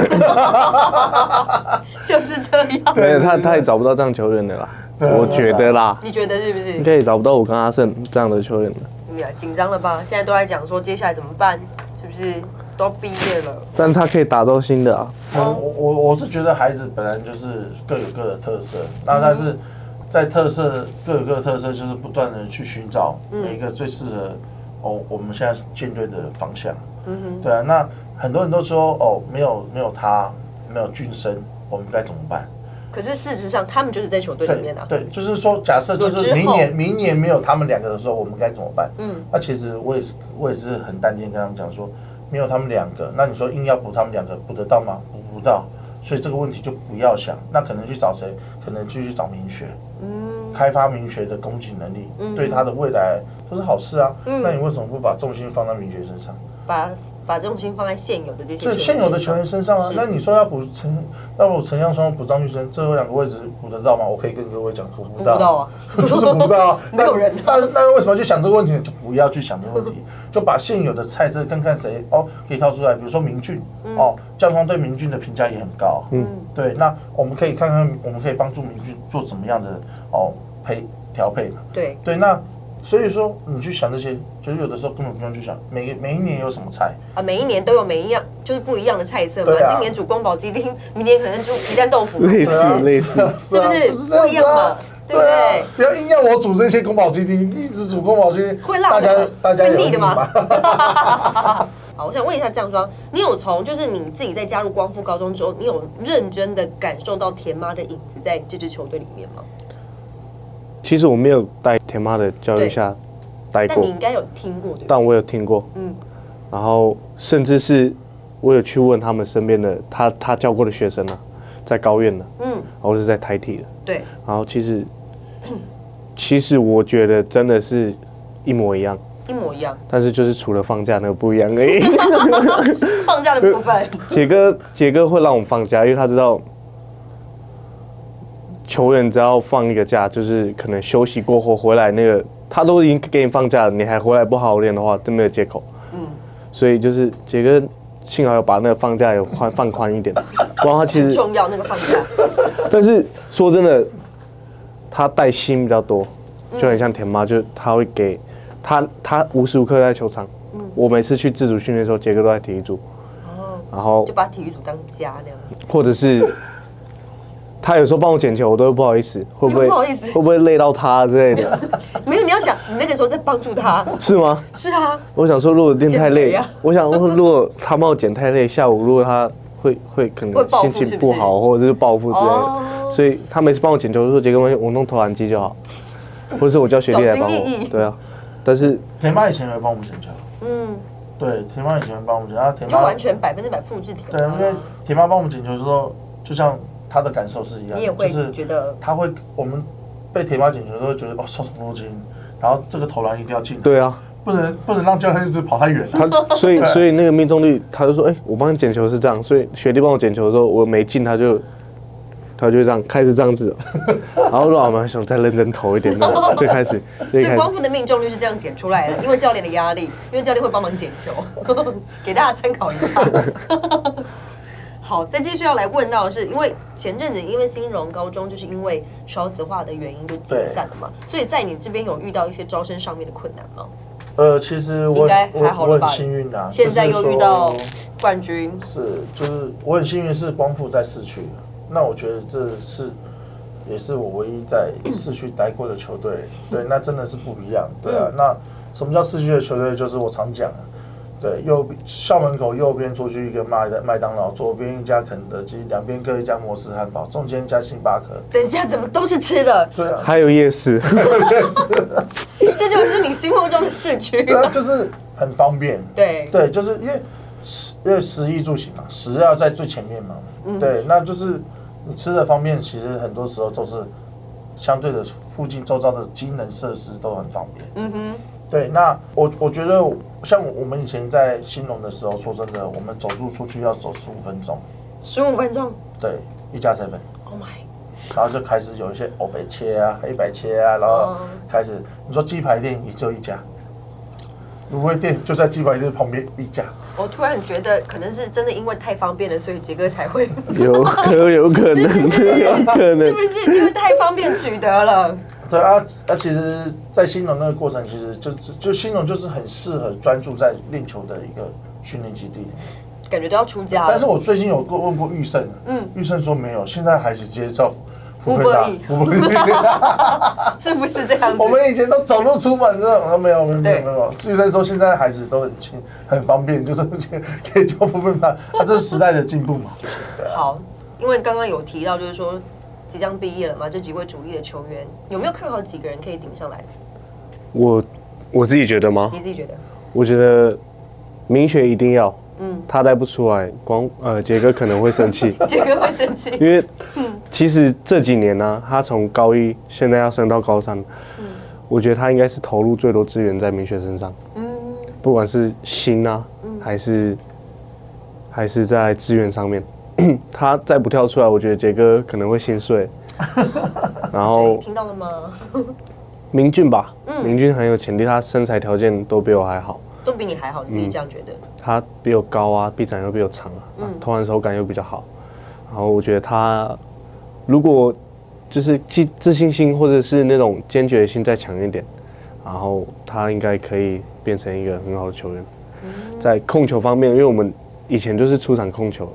Speaker 2: 就是这样。
Speaker 3: 没有他，他也找不到这样球员的啦。我觉得啦，
Speaker 2: 你觉得是不
Speaker 3: 应
Speaker 2: 是？
Speaker 3: 该也找不到我跟阿胜这样的球员了。
Speaker 2: 你啊紧张了吧？现在都在讲说接下来怎么办，是不是？都毕业了，
Speaker 3: 但他可以打造新的啊，
Speaker 2: 哦
Speaker 4: 我我我是觉得孩子本来就是各有各的特色，那但
Speaker 2: 嗯
Speaker 4: 是在特色各有各的特色，就是不断的去寻找
Speaker 2: 嗯
Speaker 4: 每一个最适合哦我们现在舰队的方向。嗯哼，对啊，那很多人都说哦没有没有他没有俊生，我们该怎么办？
Speaker 2: 可是事实上他们就是在球队里
Speaker 4: 对
Speaker 2: 面啊。
Speaker 4: 对，就是说假设就
Speaker 2: 有之
Speaker 4: 是
Speaker 2: 后
Speaker 4: 明年明年没有他们两个的时候，我们该怎么办？
Speaker 2: 嗯，
Speaker 4: 那其实我也是我也是很淡定地跟他们讲说，没有他们两个，那你说硬要补他们两个，补得到吗？补不到，所以这个问题就不要想。那可能去找谁？可能就去找明学，嗯，开发明学的攻击能力，
Speaker 2: 嗯
Speaker 4: 对他的未来都是好事啊。那你为什么不把重心放在明学身上？
Speaker 2: 把把重心放在现有的这些球
Speaker 4: 这
Speaker 2: 员
Speaker 4: 现有的球员
Speaker 2: 身
Speaker 4: 身上啊
Speaker 2: 是，
Speaker 4: 那你说要补陈，要补陈向双，补张玉生，这两个位置补得到吗？我可以跟各位讲，补不
Speaker 2: 补不到啊
Speaker 4: 到， 就是补不到啊。
Speaker 2: 没有人
Speaker 4: 那那那为什么去想这个问题？就不要去想这个问题，就把现有的菜色看看谁哦可以挑出来，比如说明俊
Speaker 2: 嗯
Speaker 4: 哦，教双对明俊的评价也很高，嗯，对，那我们可以看看，我们可以帮助明俊做怎么样的哦培调配嘛。
Speaker 2: 上对，
Speaker 4: 对，那所以说你去想这些，就是有的时候根本不用去想，每个每一年有什么菜。
Speaker 2: 啊，每一年都有每一样就是不一样的菜色嘛。
Speaker 4: 对啊
Speaker 2: 今年煮宫保鸡丁，明年可能煮皮蛋豆腐嘛，
Speaker 3: 类
Speaker 2: 是不
Speaker 4: 对啊
Speaker 3: 似
Speaker 2: 是？
Speaker 3: 类似。
Speaker 4: 是啊
Speaker 2: 是不是
Speaker 4: 就这
Speaker 2: 不
Speaker 4: 样
Speaker 2: 一样
Speaker 4: 子
Speaker 2: 嘛
Speaker 4: 啊
Speaker 2: 对不
Speaker 4: 啊
Speaker 2: 对
Speaker 4: 不要硬要我煮这些宫保鸡丁，一直煮宫保鸡丁，
Speaker 2: 会辣
Speaker 4: 大家
Speaker 2: 的，
Speaker 4: 大家
Speaker 2: 会
Speaker 4: 有
Speaker 2: 腻的 吗
Speaker 4: 吧？？
Speaker 2: 好，我想问一下酱庄，你有从就是你自己在加入光复高中之后，你有认真的感受到田妈的影子在这支球队里面吗？
Speaker 3: 其实我没有在田妈的教育下待
Speaker 2: 但
Speaker 3: 过
Speaker 2: 你，应该有听过对吧？
Speaker 3: 但我有听过，
Speaker 2: 嗯，
Speaker 3: 然后甚至是我有去问他们身边的他他教过的学生啊，在高院的，
Speaker 2: 嗯，
Speaker 3: 然后是在台体的，
Speaker 2: 对，
Speaker 3: 然后其实其实我觉得真的是一模一样，
Speaker 2: 一模一样。
Speaker 3: 但是就是除了放假那个不一样而已。
Speaker 2: 放假的部分，
Speaker 3: 杰哥，杰哥会让我们放假，因为他知道球员只要放一个假，就是可能休息过后回来那个，他都已经给你放假了，你还回来不好好练的话，真没有借口。
Speaker 2: 嗯
Speaker 3: 所以就是杰哥幸好有把那个放假有宽放宽一点，不然他其实，
Speaker 2: 重要那个放假。
Speaker 3: 但是说真的，他带薪比较多，就很像田妈，就他会给他他无时无刻在球场。我每次去自主训练的时候，杰哥都在体育组，
Speaker 2: 哦，
Speaker 3: 然后
Speaker 2: 就把体育组当家那样子。
Speaker 3: 或者是他有时候帮我捡球，我都会不好意思，会不会
Speaker 2: 你会不好意思
Speaker 3: 会不会累到他之类的，
Speaker 2: 没有，你要想，你那个时候在帮助他。
Speaker 3: 是吗？
Speaker 2: 是啊，
Speaker 3: 我想说，如果练太
Speaker 2: 减
Speaker 3: 累，
Speaker 2: 肥啊
Speaker 3: 我想说，如果他帮我减太累，下午如果他会会可
Speaker 2: 会
Speaker 3: 能
Speaker 2: 报复
Speaker 3: 心
Speaker 2: 是
Speaker 3: 情
Speaker 2: 不
Speaker 3: 不
Speaker 2: 是
Speaker 3: 好，或者是报复之类
Speaker 2: 哦
Speaker 3: 的，所以他每次帮我捡球的时候，杰哥说我弄投篮机就好，或者是我叫学弟来帮
Speaker 2: 小心翼翼
Speaker 3: 我，对啊，但是
Speaker 4: 田妈以前也帮我们捡球，
Speaker 2: 嗯，
Speaker 4: 对，田妈以前帮我们捡，然后田
Speaker 2: 你就
Speaker 4: 妈
Speaker 2: 完全百分之百复制体啊
Speaker 4: 对，因为田妈帮我们捡球的时候，就像她的感受是一样，
Speaker 2: 你也会
Speaker 4: 就是
Speaker 2: 觉得
Speaker 4: 她会我们被田妈捡球都会觉得哦受宠若惊，然后这个投篮一定要进，，
Speaker 3: 对啊，
Speaker 4: 不能不能让教练一直跑太远啊。
Speaker 3: 他所以所以那个命中率，他就说，哎、我帮你捡球是这样，所以学弟帮我捡球的时候，我没进，他就他就这样开始这样子，然后说啊我们想再认真投一点，那最开始最
Speaker 2: 所以
Speaker 3: 开始
Speaker 2: 光复的命中率是这样减出来的，因为教练的压力，因为教练会帮忙捡球， 给大家参考一下。 好，再继续要来问到的是，因为前阵子因为新荣高中就是因为少子化的原因就解散了嘛，所以在你这边有遇到一些招生上面的困难吗？
Speaker 4: 呃，其实
Speaker 2: 应
Speaker 4: 我
Speaker 2: 该
Speaker 4: 我
Speaker 2: 还好了
Speaker 4: 我
Speaker 2: 吧
Speaker 4: 很幸运啊，
Speaker 2: 现在
Speaker 4: 就
Speaker 2: 又
Speaker 4: 是说
Speaker 2: 遇到冠军，
Speaker 4: 是，就是我很幸运是光复在市区，那我觉得这是也是我唯一在市区待过的球队，对，那真的是不一样，对啊。那什么叫市区的球队？就是我常讲的，对，右边校门口右边出去一个麦麦当劳，左边一家肯德基，两边各一家摩斯汉堡，中间一家星巴克，
Speaker 2: 等一下怎么都是吃的，
Speaker 4: 对啊，
Speaker 3: 还有夜市，
Speaker 2: 这就是你心目中的市 区。
Speaker 4: 对啊，就是很方便，
Speaker 2: 对，
Speaker 4: 对，就是因为食因为食衣住行嘛，食要在最前面嘛。对，那就是你吃的方面，其实很多时候都是相对的附近周遭的机能设施都很方便。
Speaker 2: 嗯哼，
Speaker 4: 对，那我我觉得像我们以前在兴隆的时候，说真的，我们走路出去要走十五分钟，
Speaker 2: 十五分钟
Speaker 4: 对，一家 seven。
Speaker 2: ，Oh my，
Speaker 4: 然后就开始有一些欧北切啊、黑白切啊，然后
Speaker 2: 嗯
Speaker 4: 开始你说鸡排店也只有一家，卤味店就在鸡排店旁边一家，
Speaker 2: 我突然觉得可能是真的因为太方便了，所以杰哥才会。
Speaker 3: 有可有可能，有可
Speaker 2: 是
Speaker 3: 能
Speaker 2: 不。是因为太方便取得了？
Speaker 4: 对啊，那、其实，在新农那个过程，其实就就就新农就是很适合专注在练球的一个训练基地。
Speaker 2: 感觉都要出家了。
Speaker 4: 但是我最近有过问过玉胜，
Speaker 2: 嗯
Speaker 4: 嗯，玉胜说没有，现在还是直接照福
Speaker 2: Uber
Speaker 4: 克达
Speaker 2: E。
Speaker 4: 福克达
Speaker 2: 是不是这样子？
Speaker 4: 我们以前都走路出门这种，没有没有没
Speaker 2: 对
Speaker 4: 有没有。玉胜说现在孩子都很轻很方便，就是 可以叫福克达，那、啊这是时代的进步嘛。
Speaker 2: 好，因为刚刚有提到，就是说即将毕业了嘛，这几位主力的球员有没有看好几个人可以顶上来？
Speaker 3: 我我自己觉得吗？
Speaker 2: 你自己觉得？
Speaker 3: 我觉得明学一定要，
Speaker 2: 嗯，
Speaker 3: 他带不出来，光呃杰哥可能会生气，
Speaker 2: 杰哥会生气。
Speaker 3: 因为
Speaker 2: 嗯
Speaker 3: 其实这几年呢、他从高一现在要升到高三，
Speaker 2: 嗯
Speaker 3: 我觉得他应该是投入最多资源在明学身上，
Speaker 2: 嗯，
Speaker 3: 不管是心啊，还是还是在资源上面， 他再不跳出来，我觉得杰哥可能会 心碎。然
Speaker 2: 对，
Speaker 3: 后
Speaker 2: 听到了吗？
Speaker 3: 明俊吧，
Speaker 2: 嗯
Speaker 3: 明俊很有潜力，他身材条件都比我还好。
Speaker 2: 都比你还好，你自己这样觉得？
Speaker 3: 他比我高啊，臂展又比我长啊，啊投篮手感又比较好。然后我觉得他如果就是自自信心或者是那种坚决心再强一点，然后他应该可以变成一个很好的球员。在控球方面，因为我们以前就是出场控球，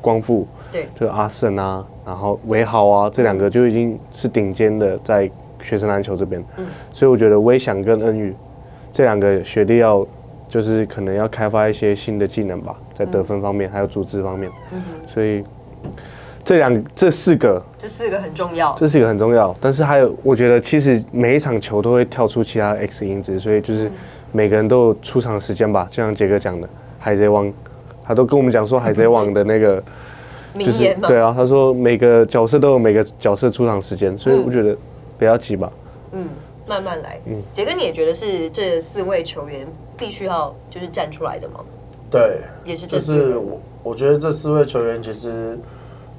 Speaker 3: 光复
Speaker 2: 对，
Speaker 3: 就是阿胜啊，然后韦豪啊，这两个就已经是顶尖的在学生篮球这边。
Speaker 2: 嗯
Speaker 3: 所以我觉得威翔跟恩宇这两个学弟要就是可能要开发一些新的技能吧，在得分方面、还有组织方面。
Speaker 2: 嗯哼，
Speaker 3: 所以这两这四个
Speaker 2: 这四个很重要。
Speaker 3: 这四个很重要，但是还有我觉得其实每一场球都会跳出其他 X 因子，所以
Speaker 2: 嗯
Speaker 3: 就是每个人都有出场时间吧，就像杰哥讲的，海贼王。他都跟我们讲说海贼王的那个
Speaker 2: 名
Speaker 3: 就是
Speaker 2: 言嘛，
Speaker 3: 对啊，他说每个角色都有每个角色出场时间，所以
Speaker 2: 嗯
Speaker 3: 我觉得不要急吧。
Speaker 2: 嗯，慢慢来。
Speaker 3: 嗯
Speaker 2: 杰哥，你也觉得是这四位球员必须要就是站出来的吗？
Speaker 4: 对，
Speaker 2: 也是这
Speaker 4: 就
Speaker 2: 四个
Speaker 4: 是我我觉得这四位球员其实，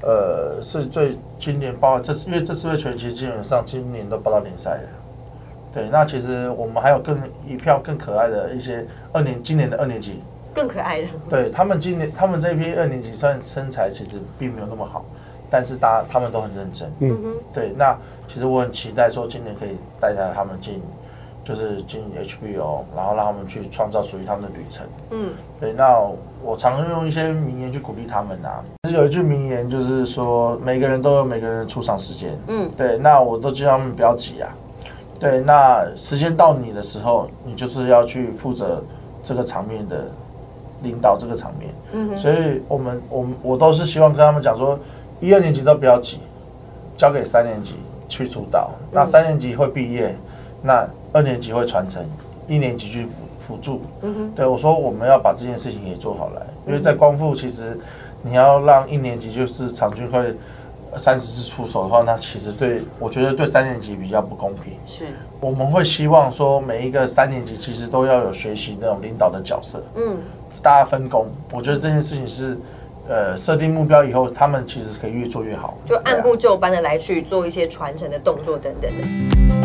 Speaker 4: 呃，是最今年包含这因为这四位球员其实基本上今年都报到联赛了。对，那其实我们还有更一票更可爱的一些二年今年的二年级，
Speaker 2: 更可爱的，
Speaker 4: 对他们今年他们这一批二年级虽然身材其实并没有那么好，但是大家他们都很认真。
Speaker 2: 嗯哼，
Speaker 4: 对，那其实我很期待说今年可以带着他们进就是进 HBO，然后让他们去创造属于他们的旅程。
Speaker 2: 嗯，
Speaker 4: 对，那我常用一些名言去鼓励他们啊。其实有一句名言就是说，每个人都有每个人的出场时间。
Speaker 2: 嗯，
Speaker 4: 对，那我都叫他们不要急啊。对，那时间到你的时候，你就是要去负责这个场面的领导这个场面。嗯，所以我们我们我都是希望跟他们讲说，一二年级都不要急，交给三年级去主导。那三年级会毕业，那二年级会传承，一年级去辅辅助。对，我说我们要把这件事情也做好来，因为在光复其实你要让一年级就是场均会三十次出手的话，那其实对我觉得对三年级比较不公平。
Speaker 2: 是，
Speaker 4: 我们会希望说每一个三年级其实都要有学习那种领导的角色，
Speaker 2: 嗯，
Speaker 4: 大家分工。我觉得这件事情是，呃，设定目标以后，他们其实可以越做越好，
Speaker 2: 就
Speaker 4: 对啊
Speaker 2: 按部就班的来去做一些传承的动作等等的。